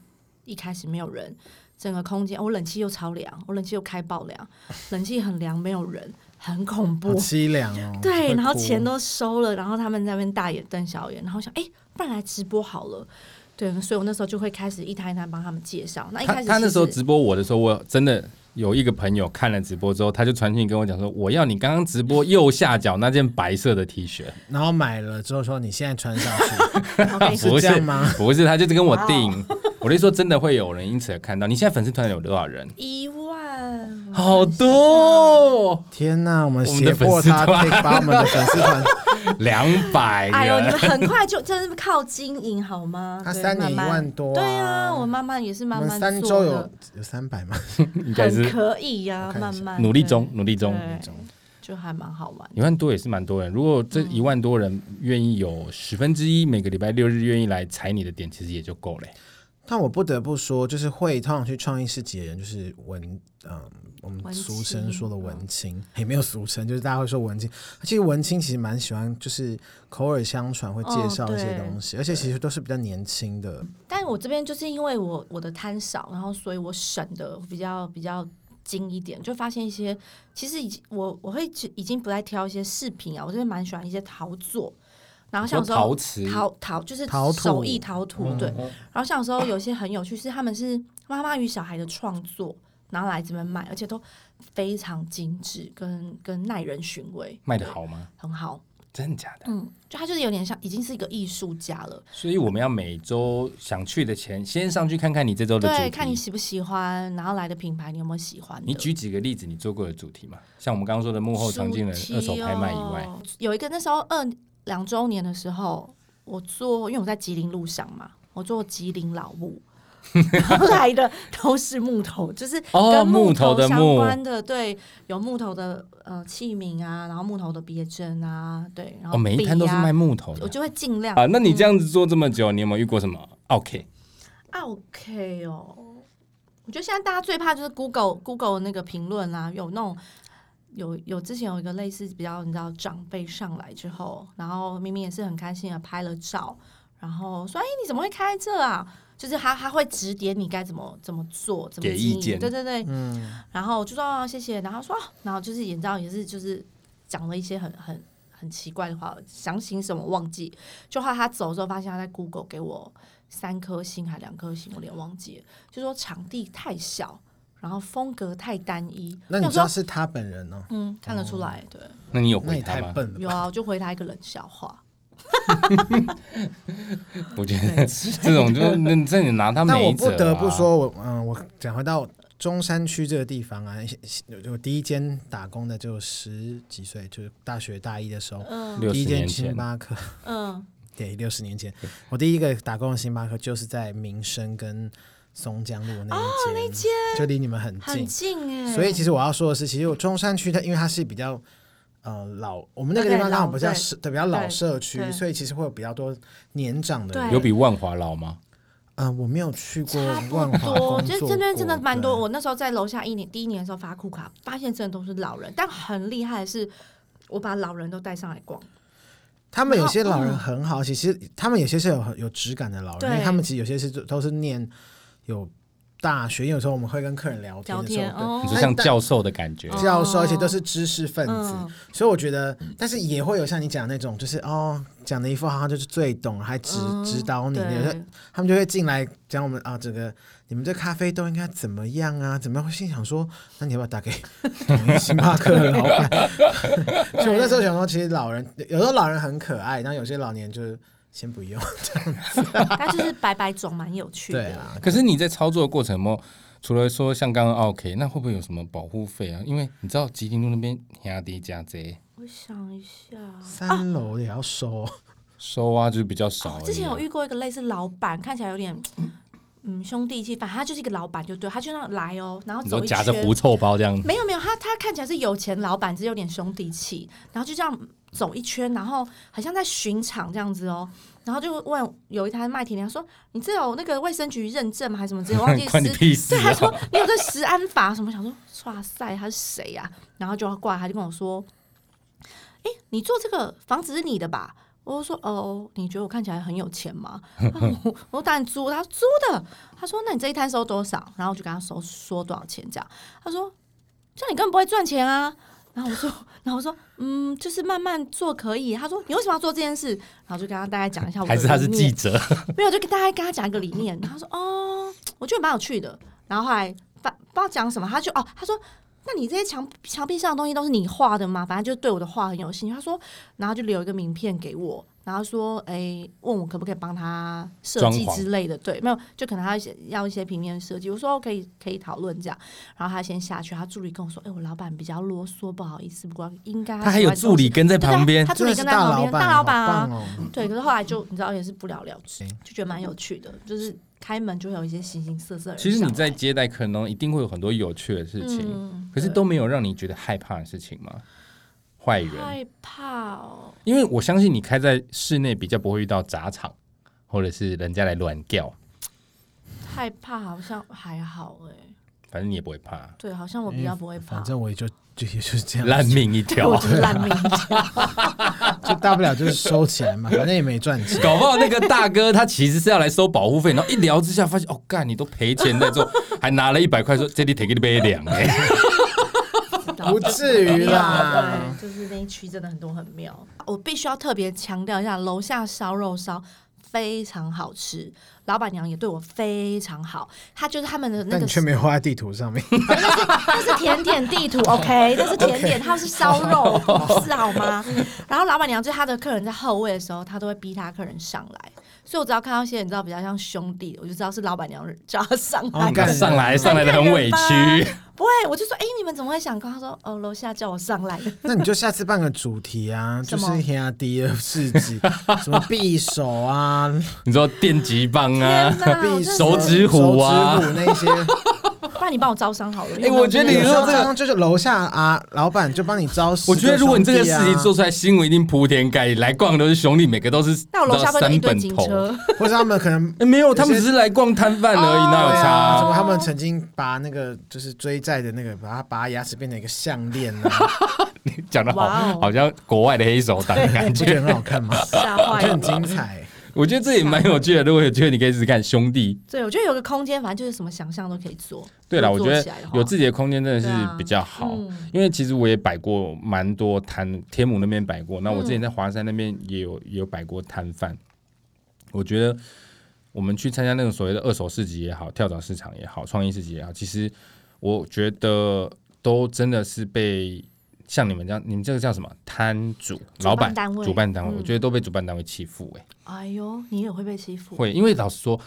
[SPEAKER 1] 一开始没有人，整个空间、哦我冷气又超凉，我冷气又开爆 凉，冷气很凉，没有人，很恐
[SPEAKER 4] 好
[SPEAKER 1] 怖。
[SPEAKER 4] 凄凉哦。
[SPEAKER 1] 对，
[SPEAKER 4] 会
[SPEAKER 1] 然后
[SPEAKER 4] 哭
[SPEAKER 1] 钱都收了，然后他们在那边大眼瞪小眼，然后想，哎、不然来直播好了。对，所以我那时候就会开始一摊一摊帮他们介绍。那一开
[SPEAKER 2] 他
[SPEAKER 1] 始
[SPEAKER 2] 他那
[SPEAKER 1] 其
[SPEAKER 2] 时候
[SPEAKER 1] 实
[SPEAKER 2] 直播我的时候，我真的有一个朋友看了直播之后，他就传讯跟我讲说，我要你刚刚直播右下角那件白色的 T 恤，
[SPEAKER 4] 然后买了之后说你现在穿上去，
[SPEAKER 1] 我跟你说
[SPEAKER 2] 不
[SPEAKER 4] 这
[SPEAKER 2] 是
[SPEAKER 4] 样吗
[SPEAKER 2] 不是，他就是跟我订。
[SPEAKER 1] 哦
[SPEAKER 2] 我的意思说，真的会有人因此而看到。你现在粉丝团有多 少人？
[SPEAKER 1] 一万，
[SPEAKER 2] 好多哦，
[SPEAKER 4] 天哪！我们
[SPEAKER 2] 我们的
[SPEAKER 4] 胁迫
[SPEAKER 2] 粉丝
[SPEAKER 4] 他
[SPEAKER 2] 团
[SPEAKER 4] take- 把我们的粉丝团，
[SPEAKER 2] 两百
[SPEAKER 1] 哎呦，你们
[SPEAKER 2] 人。
[SPEAKER 1] 很快就真的是靠经营好吗？
[SPEAKER 4] 他
[SPEAKER 1] 对
[SPEAKER 4] 三年一
[SPEAKER 1] 慢慢
[SPEAKER 4] 万多啊
[SPEAKER 1] 对啊，我慢慢也是
[SPEAKER 4] 我
[SPEAKER 1] 慢
[SPEAKER 4] 们
[SPEAKER 1] 慢
[SPEAKER 4] 三
[SPEAKER 1] 做
[SPEAKER 4] 周
[SPEAKER 1] 的
[SPEAKER 4] 有有三百吗？
[SPEAKER 2] 应该
[SPEAKER 1] 很
[SPEAKER 2] 是
[SPEAKER 1] 可以呀
[SPEAKER 4] 我，看一下
[SPEAKER 1] 慢慢
[SPEAKER 2] 努力中，，努力
[SPEAKER 1] 对
[SPEAKER 2] 中。
[SPEAKER 1] 对，就还蛮好玩。
[SPEAKER 2] 一万多也是蛮多人。如果这
[SPEAKER 1] 嗯
[SPEAKER 2] 一万多人愿意有十分之一每个礼拜六日愿意来踩你的点，其实也就够了欸。
[SPEAKER 4] 但我不得不说，就是会通常去创意市集的人，就是文，嗯，我
[SPEAKER 1] 文
[SPEAKER 4] 们
[SPEAKER 1] 青嗯
[SPEAKER 4] 俗称说的文青，也没有俗称，就是大家会说文青。其实文青其实蛮喜欢，就是口耳相传会
[SPEAKER 1] 哦
[SPEAKER 4] 介绍一些东西，而且其实都是比较年轻的。
[SPEAKER 1] 但我这边就是因为我我的贪少，然后所以我省的比较比较精一点，就发现一些其实已经我我会只已经不再挑一些饰品啊，我这边蛮喜欢一些陶作，然后像有时候
[SPEAKER 2] 陶瓷，嗯
[SPEAKER 1] 陶陶就是
[SPEAKER 4] 陶土
[SPEAKER 1] 手艺陶土对，然后像有时候有些很有趣是他们是妈妈与小孩的创作，然后来这边卖，而且都非常精致跟跟耐人寻味，
[SPEAKER 2] 卖的好吗？
[SPEAKER 1] 很好，
[SPEAKER 2] 真的假的？
[SPEAKER 1] 嗯，就他就是有点像已经是一个艺术家了。
[SPEAKER 2] 所以我们要每周想去的前，先上去看看你这周的主题。
[SPEAKER 1] 对，看你喜不喜欢，然后来的品牌你有没有喜欢的？
[SPEAKER 2] 你举几个例子，你做过的主题嘛？像我们刚刚说的幕后常见的
[SPEAKER 1] 主题
[SPEAKER 2] 二手拍卖以外，
[SPEAKER 1] 哦，有一个那时候二两周年的时候，我做，因为我在吉林路上嘛，我做吉林老 木。然后来的都是木头，就是
[SPEAKER 2] 哦
[SPEAKER 1] 跟
[SPEAKER 2] 木
[SPEAKER 1] 头
[SPEAKER 2] 头的
[SPEAKER 1] 相
[SPEAKER 2] 木
[SPEAKER 1] 关的，对，有木头的呃器皿啊，然后木头的别针啊，对，然后、啊
[SPEAKER 2] 哦，每一摊都是卖，木头
[SPEAKER 1] 我
[SPEAKER 2] 的
[SPEAKER 1] 就会尽量
[SPEAKER 2] 啊。那你这样子做这么久，你有没有遇过什么？OK，
[SPEAKER 1] 啊 OK 哦，
[SPEAKER 2] 嗯
[SPEAKER 1] 我觉得现在大家最怕就是 Google Google 那个评论啦、有那种有有之前有一个类似比较你知道长辈上来之后，然后明明也是很开心的拍了照，然后说：“哎、你怎么会开这啊？”就是他他会指点你该怎么怎么做，怎么
[SPEAKER 2] 给
[SPEAKER 1] 经
[SPEAKER 2] 意
[SPEAKER 1] 营
[SPEAKER 2] 见
[SPEAKER 1] 对对对。
[SPEAKER 4] 嗯，
[SPEAKER 1] 然后我就说、哦、谢谢，然后说、哦然后就是眼罩也是就是讲了一些很很很奇怪的话，详情什么忘记。就后来他走的时候，发现他在 Google 给我三颗星还两颗星，我有点忘记了，就说场地太小，然后风格太单一。
[SPEAKER 4] 那你
[SPEAKER 1] 我
[SPEAKER 4] 知道哦
[SPEAKER 1] 说
[SPEAKER 4] 是他本人呢、
[SPEAKER 1] 嗯，看得出来，对，
[SPEAKER 2] 那你有
[SPEAKER 4] 那
[SPEAKER 2] 回
[SPEAKER 4] 也
[SPEAKER 2] 他
[SPEAKER 4] 太
[SPEAKER 2] 吗？
[SPEAKER 4] 笨了
[SPEAKER 1] 有
[SPEAKER 4] 吧。
[SPEAKER 1] 啊，我就回他一个冷笑话。
[SPEAKER 2] 我觉得这种就那这你拿他
[SPEAKER 4] 但我
[SPEAKER 2] 没
[SPEAKER 4] 不
[SPEAKER 2] 辙、啊。
[SPEAKER 4] 得不，说，我嗯，我讲回到中山区这个地方啊，我第一间打工的就十几岁，就是大学大一的时候，
[SPEAKER 1] 嗯
[SPEAKER 2] 六
[SPEAKER 4] 第
[SPEAKER 2] 十
[SPEAKER 4] 一间
[SPEAKER 2] 年
[SPEAKER 4] 星
[SPEAKER 2] 前，
[SPEAKER 4] 巴克，
[SPEAKER 1] 嗯，
[SPEAKER 4] 对，六十年前，我第一个打工的星巴克就是在民生跟松江路
[SPEAKER 1] 哦
[SPEAKER 4] 那一间，就离你们很
[SPEAKER 1] 很
[SPEAKER 4] 近。
[SPEAKER 1] 近哎、
[SPEAKER 4] 所以其实我要说的是，其实我中山区它因为它是比较呃老，我们那个地方刚好比较
[SPEAKER 1] 对
[SPEAKER 4] 社，对比较老社区
[SPEAKER 1] 对，对
[SPEAKER 4] 所以其实会有比较多年长的人。
[SPEAKER 1] 对
[SPEAKER 2] 有比万华老吗？
[SPEAKER 4] 嗯、我没有去过
[SPEAKER 1] 差
[SPEAKER 4] 万
[SPEAKER 1] 不
[SPEAKER 4] 华工
[SPEAKER 1] 多，
[SPEAKER 4] 作
[SPEAKER 1] 就是
[SPEAKER 4] 过，
[SPEAKER 1] 这边真的蛮多。
[SPEAKER 4] 对
[SPEAKER 1] 我那时候在楼下一年第一年的时候发库卡，发现真的都是老人，但很厉害的是，我把老人都带上来逛。
[SPEAKER 4] 他们有些老人很好，其实他们有些是有有质感的老人，因为
[SPEAKER 1] 嗯对
[SPEAKER 4] 他们其实有些是都是念有大学，因为有时候我们会跟客人聊天
[SPEAKER 1] 聊
[SPEAKER 4] 的时候，
[SPEAKER 1] 天
[SPEAKER 4] 对
[SPEAKER 1] 哦
[SPEAKER 2] 你说
[SPEAKER 4] 那
[SPEAKER 2] 像
[SPEAKER 4] 但
[SPEAKER 2] 教授的感觉，
[SPEAKER 4] 教授，
[SPEAKER 1] 哦
[SPEAKER 4] 而且都是知识分子，
[SPEAKER 1] 嗯
[SPEAKER 4] 所以我觉得，但是也会有像你讲的那种，就是哦，讲的一副好像就是最懂，还指、
[SPEAKER 1] 嗯
[SPEAKER 4] 指导你，有
[SPEAKER 1] 对
[SPEAKER 4] 些，他们就会进来讲我们啊，这个你们这咖啡豆应该怎么样啊？怎么样？我心想说，那你要不要打给 统一星巴克的老 板？所以我那时候想说，其实老人有时候老人很可爱，但有些老年就是先不用。
[SPEAKER 1] 他就是白白种，蛮有趣
[SPEAKER 4] 对啊
[SPEAKER 1] 的。
[SPEAKER 4] 啦，
[SPEAKER 2] 可是你在操作的过程中，除了说像刚刚啊 OK，那会不会有什么保护费啊？因为你知道吉林路那边压低加贼
[SPEAKER 1] 我想一下，
[SPEAKER 4] 三楼也要收，
[SPEAKER 1] 哦
[SPEAKER 2] 收啊，就是比较少而已啊、
[SPEAKER 1] 之前有遇过一个类似老板，看起来有点嗯兄弟气，反正他就是一个老板就对，他就那样来哦，然后
[SPEAKER 2] 你
[SPEAKER 1] 走
[SPEAKER 2] 说
[SPEAKER 1] 一
[SPEAKER 2] 夹着
[SPEAKER 1] 圈
[SPEAKER 2] 狐臭包这样，
[SPEAKER 1] 没有没有，他他看起来是有钱老板，只是有点兄弟气，然后就这样走一圈，然后好像在巡场这样子哦。然后就问有一摊卖甜点，他说你这有那个卫生局认证吗？还是什么之类的？忘记
[SPEAKER 2] 关你
[SPEAKER 1] 是
[SPEAKER 2] 屁事
[SPEAKER 1] 对，他说
[SPEAKER 2] 啊！
[SPEAKER 1] 你有这食安法什么？想说，哇塞，他是谁呀、然后就要挂，他就跟我说，哎、你做这个房子是你的吧？我就说哦，你觉得我看起来很有钱吗？ 他说我我说当然租，他说租的。他说那你这一摊收多少？然后我就跟他说说多少钱这样。他说这样你根本不会赚钱啊。然后我说，然后我说，嗯，就是慢慢做可以。他说你为什么要做这件事？然后就跟他大概讲一下我的
[SPEAKER 2] 还是他是
[SPEAKER 1] 理
[SPEAKER 2] 记
[SPEAKER 1] 念
[SPEAKER 2] 者？
[SPEAKER 1] 没有，就跟大家跟他讲一个理念，然后他说哦，我觉得蛮有趣的。然后后来反不知道讲什么，他就哦，他说那你这些墙墙壁上的东西都是你画的吗？反正就对我的画很有兴趣。他说，然后就留一个名片给我，然后说哎，问我可不可以帮他设计
[SPEAKER 2] 装潢
[SPEAKER 1] 之类的。对，没有，就可能他一些要一些平面设计。我说哦，可以可以讨论这样。然后他先下去，他助理跟我说，哎，我老板比较啰嗦，不好意思，不过应该
[SPEAKER 2] 他还
[SPEAKER 1] 喜
[SPEAKER 2] 有
[SPEAKER 1] 欢
[SPEAKER 2] 助理跟在
[SPEAKER 1] 这种
[SPEAKER 2] 旁边
[SPEAKER 1] 对对啊他助
[SPEAKER 4] 真
[SPEAKER 1] 理
[SPEAKER 4] 的是
[SPEAKER 1] 跟在旁
[SPEAKER 4] 老
[SPEAKER 1] 边，
[SPEAKER 4] 板，
[SPEAKER 1] 大
[SPEAKER 4] 大
[SPEAKER 1] 老板啊，
[SPEAKER 4] 哦、
[SPEAKER 1] 对，可是后来就你知道也是不了了之
[SPEAKER 4] 行，
[SPEAKER 1] 就觉得蛮有趣的，就是开门就会有一些形形色色的人
[SPEAKER 2] 其实
[SPEAKER 1] 上
[SPEAKER 2] 你
[SPEAKER 1] 来
[SPEAKER 2] 在接待可能一定会有很多有趣的事情，
[SPEAKER 1] 嗯
[SPEAKER 2] 可是
[SPEAKER 1] 对
[SPEAKER 2] 都没有让你觉得害怕的事情吗？坏人，
[SPEAKER 1] 害怕哦，
[SPEAKER 2] 因为我相信你开在室内比较不会遇到砸场，或者是人家来乱叫，
[SPEAKER 1] 害怕好像还好哎、
[SPEAKER 2] 反正你也不会怕，
[SPEAKER 1] 对，好像我比较不会怕
[SPEAKER 4] 反，正我也就就也就是这样，
[SPEAKER 2] 烂命一条
[SPEAKER 1] 我。就是烂命，
[SPEAKER 4] 就大不了就是收起 来嘛，反正也没赚 钱。
[SPEAKER 2] 搞不好那个大哥他其实是要来收保护费，然后一聊之下发现，哦，干你都赔钱在 做，还拿了一百块说这里 take 杯凉哎，
[SPEAKER 4] 不至于啦
[SPEAKER 1] 对，就是那一区真的很多很妙。我必须要特别强调一下，楼下烧肉烧。非常好吃，老板娘也对我非常好。她就是他们的那
[SPEAKER 4] 但
[SPEAKER 1] 个
[SPEAKER 4] 你却没有画在地图 上面，
[SPEAKER 1] 那是甜点地图，OK，那是甜点，它是烧 肉，是好吗？然后老板娘就是她的客人在后位的时候，她都会逼她客人上来，所以我只要看到一些你知道比较像兄弟，我就知道是老板娘叫他上来。
[SPEAKER 4] 哦干
[SPEAKER 2] 上来上来的很委屈，
[SPEAKER 1] 不会，我就说，哎、你们怎么会想高？他说，哦，楼下叫我上来的。
[SPEAKER 4] 那你就下次办个主题啊，
[SPEAKER 1] 什
[SPEAKER 4] 就
[SPEAKER 1] 么
[SPEAKER 4] 是黑亚迪的市集，什么匕首啊、
[SPEAKER 2] 你说电击棒啊
[SPEAKER 1] 天，哪，我
[SPEAKER 4] 匕
[SPEAKER 1] 真的
[SPEAKER 2] 手
[SPEAKER 1] 是
[SPEAKER 2] 指虎啊
[SPEAKER 4] 手指虎 那些。
[SPEAKER 1] 不然你帮我招商好了。
[SPEAKER 2] 哎我觉得你
[SPEAKER 4] 有时
[SPEAKER 2] 说
[SPEAKER 4] 候
[SPEAKER 2] 这个
[SPEAKER 4] 就是楼下啊，老板就帮你招十
[SPEAKER 2] 我
[SPEAKER 4] 个兄
[SPEAKER 2] 觉
[SPEAKER 4] 弟啊。
[SPEAKER 2] 得如果你这个事情做出来，新闻一定铺天盖地，来逛的都是兄弟，每个都是
[SPEAKER 1] 那我楼下会有一
[SPEAKER 2] 三
[SPEAKER 1] 堆
[SPEAKER 2] 本
[SPEAKER 1] 警
[SPEAKER 2] 头。
[SPEAKER 1] 车，
[SPEAKER 4] 或者他们可能
[SPEAKER 2] 哎没有，他们只是来逛摊贩而已，哪有
[SPEAKER 4] 对
[SPEAKER 2] 差
[SPEAKER 1] 哦
[SPEAKER 4] 啊，什么
[SPEAKER 2] 啊？
[SPEAKER 4] 他们曾经把那个就是追债的那个，把它拔牙齿变成一个项链 啊，
[SPEAKER 2] 讲的
[SPEAKER 1] 哇
[SPEAKER 2] 好
[SPEAKER 1] 哦，
[SPEAKER 2] 好像国外的黑手党的感
[SPEAKER 4] 你不觉
[SPEAKER 2] 觉。
[SPEAKER 4] 得很好看 吗？
[SPEAKER 1] 吓
[SPEAKER 4] 我
[SPEAKER 1] 坏
[SPEAKER 4] 觉得很
[SPEAKER 1] 了。
[SPEAKER 4] 精彩。
[SPEAKER 2] 我觉得这也蛮有趣的，如果有机会，你可以试试看兄弟。
[SPEAKER 1] 对，我觉得有个空间，反正就是什么想象都可以做。
[SPEAKER 2] 对了，
[SPEAKER 1] 如
[SPEAKER 2] 我
[SPEAKER 1] 果
[SPEAKER 2] 觉
[SPEAKER 1] 做
[SPEAKER 2] 得
[SPEAKER 1] 起来的话
[SPEAKER 2] 有自己的空间真的是
[SPEAKER 1] 对啊
[SPEAKER 2] 比较好，
[SPEAKER 1] 嗯
[SPEAKER 2] 因为其实我也摆过蛮多摊，天母那边摆过，那
[SPEAKER 1] 嗯
[SPEAKER 2] 我之前在华山那边也有也有摆过摊贩。我觉得我们去参加那种所谓的二手市集也好，跳蚤市场也好，创意市集也好，其实我觉得都真的是被像你们这样，你们这个叫什么摊主、
[SPEAKER 1] 主办
[SPEAKER 2] 老板
[SPEAKER 1] 单位
[SPEAKER 2] 主办单位，我
[SPEAKER 1] 嗯
[SPEAKER 2] 觉得都被主办单位欺负哎、
[SPEAKER 1] 哎呦，你也会被欺负
[SPEAKER 2] 会，因为老实说，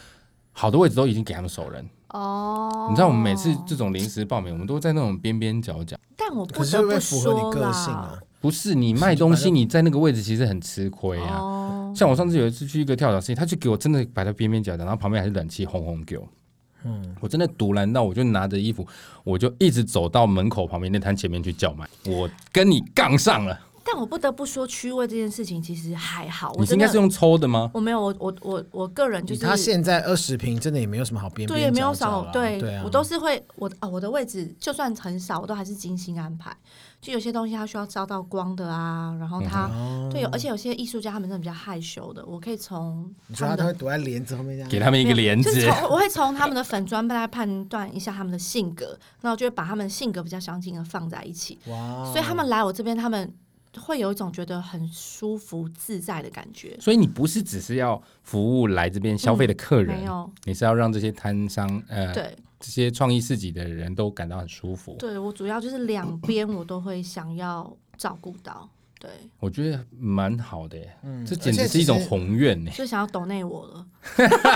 [SPEAKER 2] 好多位置都已经给他们熟人。
[SPEAKER 1] 哦。
[SPEAKER 2] 你知道我们每次这种临时报名，我们都在那种边边角角。
[SPEAKER 1] 但我不
[SPEAKER 4] 可是
[SPEAKER 1] 得
[SPEAKER 4] 会不会
[SPEAKER 1] 不
[SPEAKER 4] 符合你
[SPEAKER 1] 说
[SPEAKER 4] 个
[SPEAKER 1] 啦，
[SPEAKER 4] 性啊？
[SPEAKER 2] 不是你卖 东西，你在那个位置其实很吃亏啊。
[SPEAKER 1] 哦，
[SPEAKER 2] 像我上次有一次去一个跳蚤市场，他就给我真的摆在边边角角，然后旁边还是冷气轰轰给我。嗯，我真的堵拦到，我就拿着衣服，我就一直走到门口旁边那摊前面去叫卖。我跟你杠上了，
[SPEAKER 1] 但我不得不说，区位这件事情其实还好。我
[SPEAKER 2] 你是
[SPEAKER 1] 真
[SPEAKER 2] 应
[SPEAKER 1] 的
[SPEAKER 2] 该是用抽的吗？
[SPEAKER 1] 我没有，我我我我个人就是
[SPEAKER 4] 他现在二十平，真的也没有什么好边
[SPEAKER 1] 对也
[SPEAKER 4] 边
[SPEAKER 1] 没有
[SPEAKER 4] 角角
[SPEAKER 1] 少
[SPEAKER 4] 啦，
[SPEAKER 1] 对，
[SPEAKER 4] 对啊，
[SPEAKER 1] 我都是会我啊、我的位置就算很少，我都还是精心安排。就有些东西它需要照到光的啊，然后它、对
[SPEAKER 4] 哦
[SPEAKER 1] 有，而且有些艺术家他们真的比较害羞的，我可以从
[SPEAKER 4] 你
[SPEAKER 1] 他
[SPEAKER 4] 说他
[SPEAKER 1] 们
[SPEAKER 4] 都
[SPEAKER 1] 的
[SPEAKER 4] 会躲在帘子后面这样，
[SPEAKER 2] 给他们一 个帘
[SPEAKER 1] 嗯就是
[SPEAKER 2] 子
[SPEAKER 1] 从，我会从他们的粉砖大概判断一下他们的性格，然后就会把他们性格比较相近的放在一起。
[SPEAKER 4] 哇，
[SPEAKER 1] 所以他
[SPEAKER 2] 哦
[SPEAKER 1] 们来我这边，他们会有一种觉得很舒服自在的感觉。
[SPEAKER 2] 所以你不是只是要服务来这边消费的客人
[SPEAKER 1] 嗯没，有，
[SPEAKER 2] 你是要让这些摊商呃，
[SPEAKER 1] 对
[SPEAKER 2] 这些创意市集的人都感到很舒服。
[SPEAKER 1] 对，我主要就是两边我都会想要照顾到，对，
[SPEAKER 2] 我觉得蛮好的耶，
[SPEAKER 1] 嗯
[SPEAKER 2] 这简
[SPEAKER 4] 而
[SPEAKER 2] 直
[SPEAKER 4] 且
[SPEAKER 2] 是一种
[SPEAKER 4] 其实
[SPEAKER 2] 宏愿呢。
[SPEAKER 1] 就想要抖内我 了。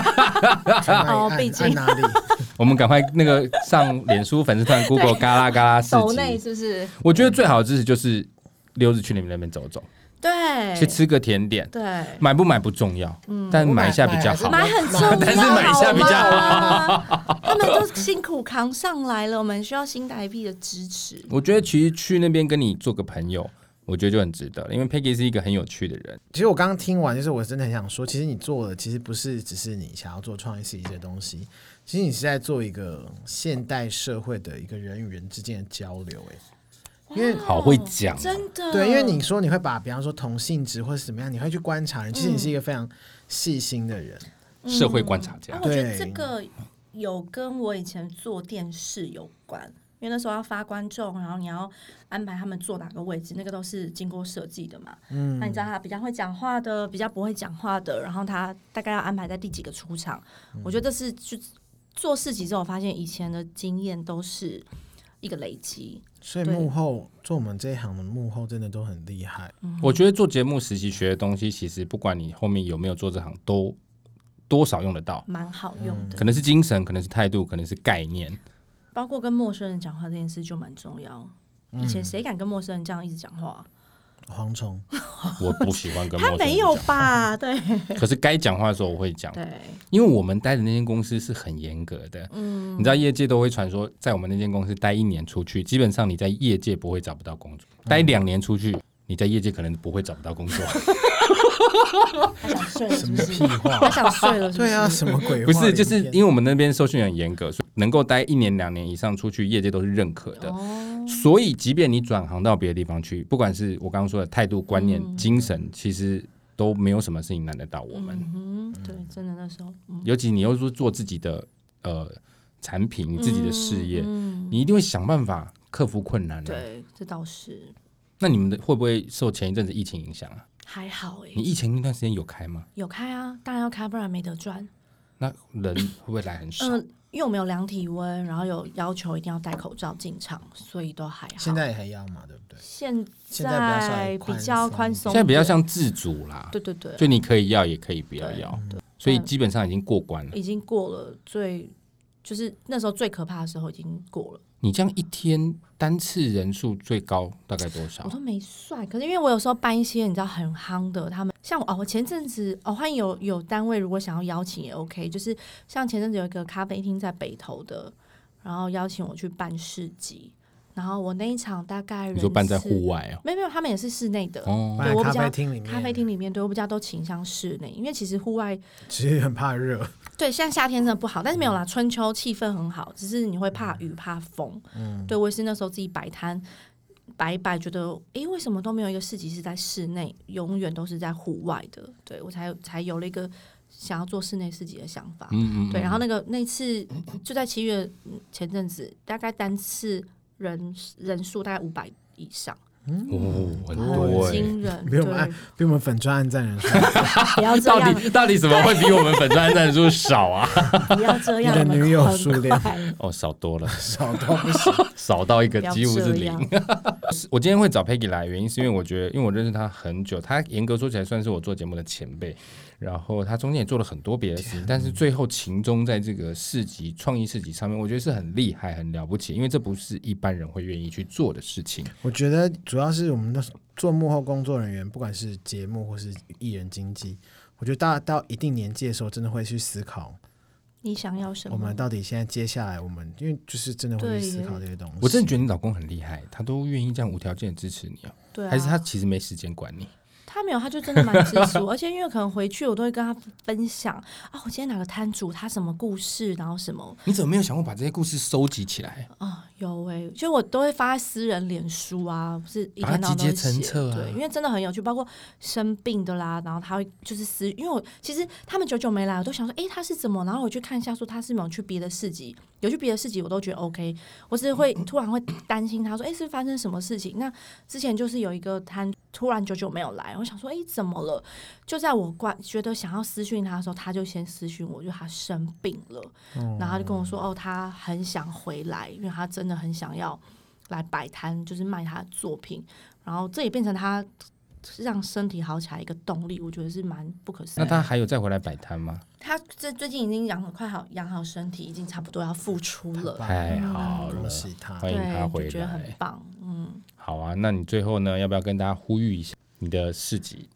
[SPEAKER 4] 去哪里
[SPEAKER 1] 哦
[SPEAKER 4] 按
[SPEAKER 1] 毕竟
[SPEAKER 4] 按哪里？
[SPEAKER 2] 我们赶快那个上脸书粉丝团 Google 嘎啦嘎啦市
[SPEAKER 1] 抖内嗯
[SPEAKER 2] 集，
[SPEAKER 1] 是不是？
[SPEAKER 2] 我觉得最好的支持就是六日去你们那边走走，
[SPEAKER 1] 对，
[SPEAKER 2] 去吃个甜点，
[SPEAKER 1] 哎对。嗯
[SPEAKER 2] 买不买不重要，但
[SPEAKER 4] 我买
[SPEAKER 2] 买一下比较好。
[SPEAKER 1] 买很重要，
[SPEAKER 2] 但是买一下比较
[SPEAKER 1] 好吗。他们都辛苦扛上来了，我们需要新台币的支持。
[SPEAKER 2] 我觉得其实去那边跟你做个朋友，我觉得就很值得了，因为 Peggy 是一个很有趣的人。
[SPEAKER 4] 其实我刚刚听完，就是我真的很想说，其实你做的其实不是只是你想要做创意设计这东西，其实你是在做一个现代社会的一个人与人之间的交流。哎，因为
[SPEAKER 2] 好会讲哦
[SPEAKER 1] 嗯真的。
[SPEAKER 4] 对，因为你说你会把，比方说同性质或是怎么样，你会去观察人，其实你是
[SPEAKER 2] 嗯
[SPEAKER 4] 一个非常细心的人。
[SPEAKER 2] 社会观察家
[SPEAKER 1] 啊，我觉得
[SPEAKER 4] 对
[SPEAKER 1] 这个有跟我以前做电视有关，因为那时候要发观众，然后你要安排他们坐哪个位置，那个都是经过设计的嘛。嗯，那你知道他比较会讲话的，比较不会讲话的，然后他大概要安排在第几个出场？我觉得这是就做事情之后，我发现以前的经验都是一个累积。
[SPEAKER 4] 所以
[SPEAKER 1] 对
[SPEAKER 4] 幕后做我们这一行的幕后真的都很厉害。
[SPEAKER 2] 我觉得做节目实习学的东西，其实不管你后面有没有做这行，都多少用得到，
[SPEAKER 1] 蛮好用的，
[SPEAKER 2] 可能是精神，可能是态度，可能是概念。
[SPEAKER 1] 包括跟陌生人讲话这件事就蛮重要。以前谁敢跟陌生人这样一直讲话？
[SPEAKER 4] 蝗 虫，
[SPEAKER 2] 我不喜欢跟陌
[SPEAKER 1] 哦他
[SPEAKER 2] 生人
[SPEAKER 1] 没有
[SPEAKER 2] 讲，
[SPEAKER 1] 吧？ 对
[SPEAKER 2] 可是该讲话的时候我会讲，
[SPEAKER 1] 对，
[SPEAKER 2] 因为我们待的那间公司是很严格的，嗯，你知道业界都会传说，在我们那间公司待一年出去，基本上你在业界不会找不到工作，待两年出去，你在业界可能不会找不到工作，
[SPEAKER 1] 他想睡了是不
[SPEAKER 4] 屁
[SPEAKER 1] 是？
[SPEAKER 4] 话
[SPEAKER 1] 他，想睡了是不嗯
[SPEAKER 4] 对
[SPEAKER 1] 是？
[SPEAKER 4] 啊，什么鬼
[SPEAKER 2] 不
[SPEAKER 4] 话连篇？
[SPEAKER 2] 是，就是因为我们那边受训很严格，所以能够待一年两年以上出去，业界都是认可的。
[SPEAKER 1] 哦
[SPEAKER 2] 所以，即便你转行到别的地方去，不管是我刚刚说的态度、观
[SPEAKER 1] 嗯
[SPEAKER 2] 念、精神，其实都没有什么事情难得到我们。
[SPEAKER 1] 嗯，对，真的那时候，嗯
[SPEAKER 2] 尤其你又是做自己的呃产品、你自己的事业，你一定会想办法克服困难
[SPEAKER 1] 嗯
[SPEAKER 2] 的、
[SPEAKER 1] 对，这倒是
[SPEAKER 2] 那你们的会不会受前一阵子疫情影响啊？
[SPEAKER 1] 还好哎
[SPEAKER 2] 你，疫情那段时间有开吗？
[SPEAKER 1] 有开啊，当然要开，不然没得赚。
[SPEAKER 2] 那人会不会来很少？
[SPEAKER 1] 嗯，因为我们有量体温，然后有要求一定要戴口罩进场，所以都还好。
[SPEAKER 4] 现在也还要嘛，对不对？
[SPEAKER 1] 现
[SPEAKER 4] 现在
[SPEAKER 1] 在
[SPEAKER 4] 比较稍微
[SPEAKER 1] 比较宽
[SPEAKER 4] 宽
[SPEAKER 1] 松，
[SPEAKER 2] 现在比较像自主啦，
[SPEAKER 1] 对对对，
[SPEAKER 2] 就你可以要，也可以不要要，所以基本上已经过关了。
[SPEAKER 1] 已经过了最就是那时候最可怕的时候已经过了，
[SPEAKER 2] 你这样一天单次人数最高大概多少
[SPEAKER 1] 我？都没算。可是因为我有时候办一些你知道很夯的，他们像我哦，我前阵子哦，欢迎有有单位如果想要邀请也 OK，就是像前阵子有一个咖啡厅在北投的，然后邀请我去办市集，然后我那一场大概人
[SPEAKER 2] 你说办在
[SPEAKER 1] 是
[SPEAKER 2] 户外哦？
[SPEAKER 1] 没有没有，他们也是室内的。
[SPEAKER 2] 哦，
[SPEAKER 1] 对我
[SPEAKER 4] 咖
[SPEAKER 1] 比较
[SPEAKER 4] 啡厅里面，
[SPEAKER 1] 咖啡厅里面，对我比较都倾向室内，因为其实户外
[SPEAKER 4] 其实很怕热，
[SPEAKER 1] 对现在夏天真的不好，但是没有
[SPEAKER 2] 嗯
[SPEAKER 1] 啦，春秋气氛很好，只是你会怕雨怕风。
[SPEAKER 4] 嗯，
[SPEAKER 1] 对我也是那时候自己摆摊摆一摆，觉得诶，为什么都没有一个市集是在室内，永远都是在户外的？对我才才有了一个想要做室内市集的想法。
[SPEAKER 2] 嗯嗯，
[SPEAKER 1] 对，然后那个那次就在七月前阵子，大概单次人人数大概五百以上，
[SPEAKER 2] 哦，很多
[SPEAKER 1] 很
[SPEAKER 2] 哎、
[SPEAKER 1] 惊 人。
[SPEAKER 4] 比我们按
[SPEAKER 1] 对，
[SPEAKER 4] 比我们粉砖按赞人数
[SPEAKER 1] 不要这
[SPEAKER 2] 到
[SPEAKER 1] 样，
[SPEAKER 2] 底到底什么会比我们粉钻赞数少啊？
[SPEAKER 1] 不要这样，
[SPEAKER 4] 你的
[SPEAKER 1] 我们
[SPEAKER 4] 女友
[SPEAKER 1] 很
[SPEAKER 4] 数量
[SPEAKER 1] 快
[SPEAKER 2] 哦，少多了，
[SPEAKER 4] 少到不行。
[SPEAKER 2] 少到一 个
[SPEAKER 1] 嗯不要
[SPEAKER 2] 几乎是
[SPEAKER 1] 这
[SPEAKER 2] 零
[SPEAKER 1] 样。
[SPEAKER 2] 我今天会找 Peggy 来，原因是因为我觉得，因为我认识他很久，他严格说起来算是我做节目的前辈。然后他中间也做了很多别的
[SPEAKER 1] 哎
[SPEAKER 2] 事情，但是最后秦钟在这个市集创意市集上面，我觉得是很厉害、很了不起，因为这不是一般人会愿意去做的事情。
[SPEAKER 4] 我觉得主要是我们的做幕后工作人员，不管是节目或是艺人经纪，我觉得大家到一定年纪的时候，真的会去思考
[SPEAKER 1] 你想要什么？
[SPEAKER 4] 我们到底现在接下来我们，因为就是真的会去
[SPEAKER 1] 对
[SPEAKER 4] 思
[SPEAKER 1] 耶
[SPEAKER 4] 考这些东西。
[SPEAKER 2] 我真的觉得你老公很厉害，他都愿意这样无条件的支持你哦、
[SPEAKER 1] 对啊，
[SPEAKER 2] 还是他其实没时间管你？
[SPEAKER 1] 他没有，他就真的蛮知足，而且因为可能回去我都会跟他分享啊，我今天哪个摊主他什么故事，然后什么
[SPEAKER 2] 你怎么没有想过把这些故事收集起来，
[SPEAKER 1] 啊，有哎、就我都会发在私人脸书啊，不是一
[SPEAKER 2] 把它
[SPEAKER 1] 天到晚
[SPEAKER 2] 集
[SPEAKER 1] 都
[SPEAKER 2] 结
[SPEAKER 1] 会写
[SPEAKER 2] 成册啊
[SPEAKER 1] 对，因为真的很有趣，包括生病的啦，然后他会就是私，因为我其实他们久久没来，我都想说，诶，他是怎么？然后我去看一下，说他是没有去别的市集，有去别的市集，我都觉得 OK，我只是会突然会担心他说，诶，是不是发生什么事情？那之前就是有一个摊突然久久没有来，我想说，诶，怎么了？就在我关觉得想要私讯他的时候，他就先私讯我，就他生病了，然后他就跟我说，哦，他很想回来，因为他真的很想要来摆摊，就是卖他的作品，然后这也变成他让身体好起来一个动力，我觉得是蛮不可思
[SPEAKER 2] 那
[SPEAKER 1] 议的。
[SPEAKER 2] 他还有再回来摆摊吗？
[SPEAKER 1] 他这最近已经养快好养好身体，已经差不多要复出了，
[SPEAKER 2] 太好了
[SPEAKER 4] 恭喜他！
[SPEAKER 2] 欢迎
[SPEAKER 1] 对，
[SPEAKER 2] 他回
[SPEAKER 1] 就觉得很
[SPEAKER 2] 来。
[SPEAKER 1] 棒，嗯。
[SPEAKER 2] 好啊，那你最后呢，要不要跟大家呼吁一下？你的市集？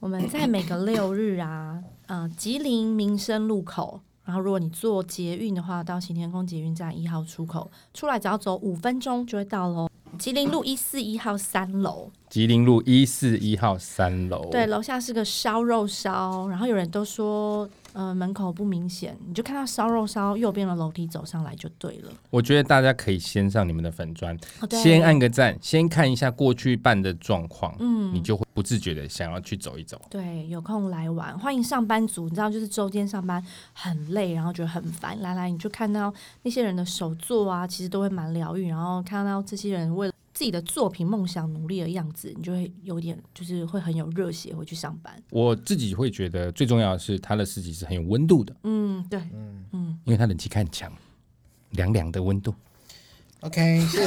[SPEAKER 1] 我们在每个六日啊，呃，吉林民生路口，然后如果你坐捷运的话，到行天宫捷运站一号出口出来，只要走五分钟就会到喽。吉林路一四一号三楼，
[SPEAKER 2] 吉林路一四一号三楼。
[SPEAKER 1] 对，楼下是个烧肉烧，然后有人都说，呃，门口不明显，你就看到烧肉烧右边的楼梯走上来就对了。
[SPEAKER 2] 我觉得大家可以先上你们的粉砖，
[SPEAKER 1] 哦，对，
[SPEAKER 2] 先按个赞，先看一下过去办的状况，
[SPEAKER 1] 嗯
[SPEAKER 2] 你就会不自觉的想要去走一走。
[SPEAKER 1] 对，有空来玩，欢迎上班族。你知道，就是周间上班很累，然后觉得很烦，来来，你就看到那些人的手作啊，其实都会蛮疗愈。然后看到这些人为了自己的作品梦想努力的样子，你就会有点就是会很有热血，会去上班。
[SPEAKER 2] 我自己会觉得最重要的是，它的市集是很有温度的，
[SPEAKER 1] 嗯，对，
[SPEAKER 2] 因为它冷气开很强，凉凉的温度。
[SPEAKER 4] OK，谢谢。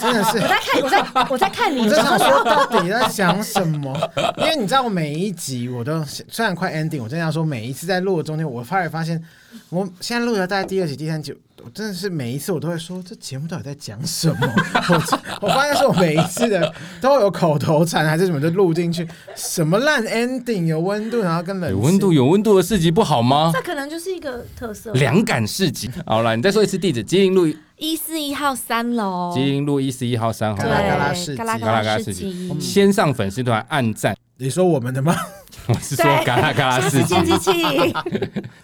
[SPEAKER 4] 真的是
[SPEAKER 1] 我，在看，我在我在看你
[SPEAKER 4] 我
[SPEAKER 1] 们，
[SPEAKER 4] 在想说到底在想什么？因为你知道，我每一集我都虽然快 ending，我真的要说，每一次在录的中间，我突然发现，我现在录的大概第二集、第三集，我真的是每一次我都会说，这节目到底在讲什 么？我我发现是我每一次的都有口头禅还是什么，就录进去什么烂 ending，有温度，然后跟冷
[SPEAKER 2] 有温度，
[SPEAKER 4] 气
[SPEAKER 2] 有温度的市集不好吗？
[SPEAKER 1] 这可能就是一个特色。
[SPEAKER 2] 凉感市集。好了，你再说一次地址：吉林路吉
[SPEAKER 1] 一四一号三楼，
[SPEAKER 2] 林路一四一号三号
[SPEAKER 1] 对，
[SPEAKER 4] 嘎啦嘎
[SPEAKER 2] 楼。
[SPEAKER 4] 啦市集
[SPEAKER 1] 嘎啦
[SPEAKER 2] 嘎啦嘎啦
[SPEAKER 1] 市
[SPEAKER 2] 市集
[SPEAKER 1] 集。
[SPEAKER 2] 先上粉丝团按赞，
[SPEAKER 4] 你说我们的吗？
[SPEAKER 2] 我是说
[SPEAKER 1] 对
[SPEAKER 2] 嘎啦嘎啦市 集。
[SPEAKER 1] 现在是监机器。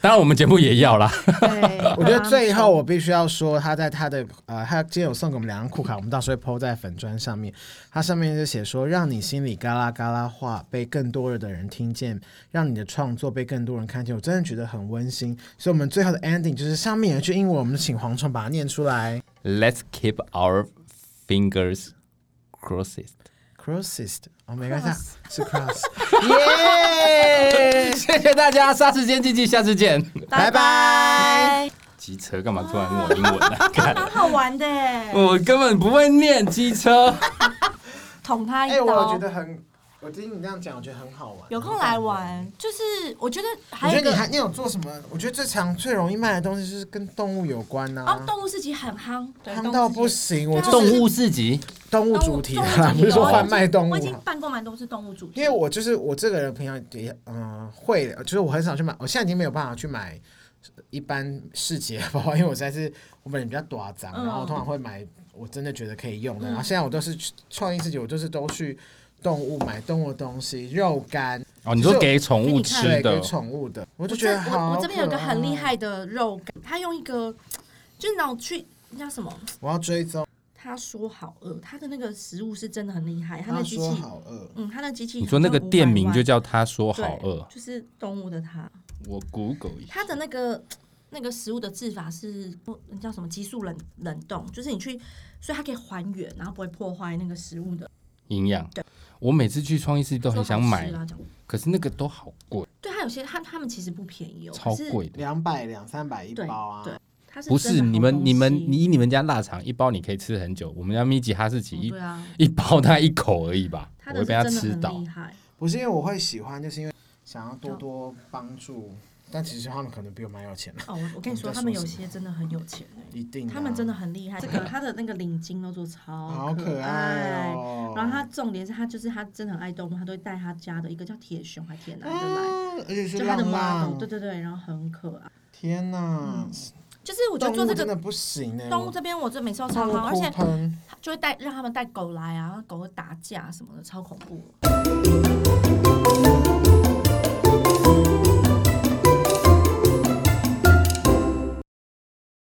[SPEAKER 2] 当然，我们节目也要啦。
[SPEAKER 1] 对，
[SPEAKER 4] 我觉得
[SPEAKER 5] 嗯
[SPEAKER 4] 最后我必须要说，他在他的呃，他今天有送给我们两张酷卡，我们到时候会 PO 在粉砖上面。它上面就写说，让你心里嘎啦嘎啦话被更多的人听见，让你的创作被更多人看见。我真的觉得很温馨，所以我们最后的 ending 就是上面有一句英文，我们请蝗虫把它念出来
[SPEAKER 2] Let's keep our fingers crossed。
[SPEAKER 4] ，crossed。哦，没关系啊，是 cross。耶！
[SPEAKER 5] 哦
[SPEAKER 2] 谢谢大家，下次见，记记，下次见。
[SPEAKER 4] 拜拜。
[SPEAKER 2] 机车干嘛突然问我英文啊？看
[SPEAKER 5] 蛮好玩的耶，
[SPEAKER 2] 我根本不会念机车。
[SPEAKER 1] 捅他一
[SPEAKER 4] 哎、
[SPEAKER 1] 刀。
[SPEAKER 4] 我有觉得很，我听你这样讲，我觉得很好玩。
[SPEAKER 5] 有空来玩。就是我觉得
[SPEAKER 4] 我
[SPEAKER 5] 还有
[SPEAKER 4] 觉
[SPEAKER 5] 一
[SPEAKER 4] 得
[SPEAKER 5] 个
[SPEAKER 4] 你还你有做什么？我觉得最常最容易卖的东西就是跟动物有关啊呐、
[SPEAKER 5] 哦，动物市集很夯，对
[SPEAKER 4] 夯到不
[SPEAKER 5] 市集
[SPEAKER 4] 行，我就
[SPEAKER 2] 动
[SPEAKER 4] 是
[SPEAKER 2] 物市集，
[SPEAKER 4] 动物
[SPEAKER 5] 动
[SPEAKER 4] 主
[SPEAKER 5] 物
[SPEAKER 4] 题
[SPEAKER 5] 动物
[SPEAKER 4] 啦，
[SPEAKER 5] 主
[SPEAKER 4] 不是说
[SPEAKER 5] 我已
[SPEAKER 4] 贩
[SPEAKER 5] 经
[SPEAKER 4] 卖动物
[SPEAKER 5] 我已经
[SPEAKER 4] 啊。
[SPEAKER 5] 办过蛮多次动物主题，
[SPEAKER 4] 因为我就是我这个人平常也嗯、会，就是我很少去买，我现在已经没有办法去买一般市集的包包，因为我实在是我本人比较短脏，
[SPEAKER 5] 嗯
[SPEAKER 4] 然后我通常会买我真的觉得可以用的，然后现在我都是去创意市集，我就是都去动物买动物的东西，肉干，
[SPEAKER 2] 哦，你说哦给宠物
[SPEAKER 4] 对，
[SPEAKER 2] 吃
[SPEAKER 4] 给
[SPEAKER 2] 的，
[SPEAKER 4] 宠物的，我
[SPEAKER 5] 我
[SPEAKER 4] 就觉得
[SPEAKER 5] 这
[SPEAKER 4] 好
[SPEAKER 5] 我我这边有一个
[SPEAKER 4] 可
[SPEAKER 5] 很厉
[SPEAKER 4] 爱，
[SPEAKER 5] 害的肉感，他用一个就是那种去那叫什么？
[SPEAKER 4] 我要追踪，
[SPEAKER 5] 他说好饿，他的那个食物是真的很厉害，他
[SPEAKER 4] 他
[SPEAKER 5] 那机
[SPEAKER 4] 说
[SPEAKER 5] 器，
[SPEAKER 4] 好饿。
[SPEAKER 5] 嗯，他那机器
[SPEAKER 2] 你说那个店名就
[SPEAKER 5] 叫
[SPEAKER 2] 叫他说好饿，
[SPEAKER 5] 就是动物的它，
[SPEAKER 2] 我 Google 一下。
[SPEAKER 5] 它的那个那个食物的制法是那叫什么？急速冷冷冻，就是你去，所以它可以还原，然后不会破坏那个食物的。
[SPEAKER 2] 营养
[SPEAKER 5] 对。
[SPEAKER 2] 我每次去创意市集都很想买
[SPEAKER 5] 说，好吃啊这样
[SPEAKER 2] 可是那个都好贵，
[SPEAKER 5] 对，它有些它他们其实不便宜哦，
[SPEAKER 2] 超
[SPEAKER 5] 可是
[SPEAKER 2] 贵的。
[SPEAKER 4] 两百两三百一
[SPEAKER 5] 对
[SPEAKER 4] 包啊，
[SPEAKER 5] 对，它是
[SPEAKER 2] 不
[SPEAKER 5] 真
[SPEAKER 2] 是
[SPEAKER 5] 的好哦
[SPEAKER 2] 你们
[SPEAKER 5] 东
[SPEAKER 2] 你们
[SPEAKER 5] 西
[SPEAKER 2] 你以你们家腊肠一包你可以吃很久，我们家咪吉哈士奇
[SPEAKER 5] 哦
[SPEAKER 2] 一
[SPEAKER 5] 对啊，
[SPEAKER 2] 一包大概一口而已吧，
[SPEAKER 5] 它
[SPEAKER 2] 我
[SPEAKER 5] 的是
[SPEAKER 2] 会被它
[SPEAKER 5] 真的
[SPEAKER 2] 吃
[SPEAKER 5] 很
[SPEAKER 2] 到
[SPEAKER 5] 厉。害。
[SPEAKER 4] 不是因为我会喜欢，就是因为想要多多帮助，但其实他们可能比我蛮 有钱的，
[SPEAKER 5] 哦，我我跟你说，
[SPEAKER 4] 你在
[SPEAKER 5] 他们
[SPEAKER 4] 说
[SPEAKER 5] 有
[SPEAKER 4] 什
[SPEAKER 5] 些真的很有钱哎、
[SPEAKER 4] 一定、啊
[SPEAKER 5] 他们真的。很厉害。这个他的那个领巾都做超
[SPEAKER 4] 好可爱
[SPEAKER 5] 爱。
[SPEAKER 4] 哦！
[SPEAKER 5] 然后他重点是他就是他真的很爱动物，他都会带他家的一个叫铁熊还铁男的来，
[SPEAKER 4] 啊，而且是
[SPEAKER 5] 嗯就他的
[SPEAKER 4] 浪浪
[SPEAKER 5] model，对，对对，然后很可爱。
[SPEAKER 4] 天哪！
[SPEAKER 5] 就是我觉
[SPEAKER 4] 动
[SPEAKER 5] 得做
[SPEAKER 4] 物
[SPEAKER 5] 这
[SPEAKER 4] 真
[SPEAKER 5] 个
[SPEAKER 4] 的不行哎，
[SPEAKER 5] 动物
[SPEAKER 4] 我
[SPEAKER 5] 这边，我这每次都超
[SPEAKER 4] 动物
[SPEAKER 5] 好，而
[SPEAKER 4] 哭
[SPEAKER 5] 且
[SPEAKER 4] 喷
[SPEAKER 5] 就会带让他们带狗来啊，狗会打架什么的，超恐怖。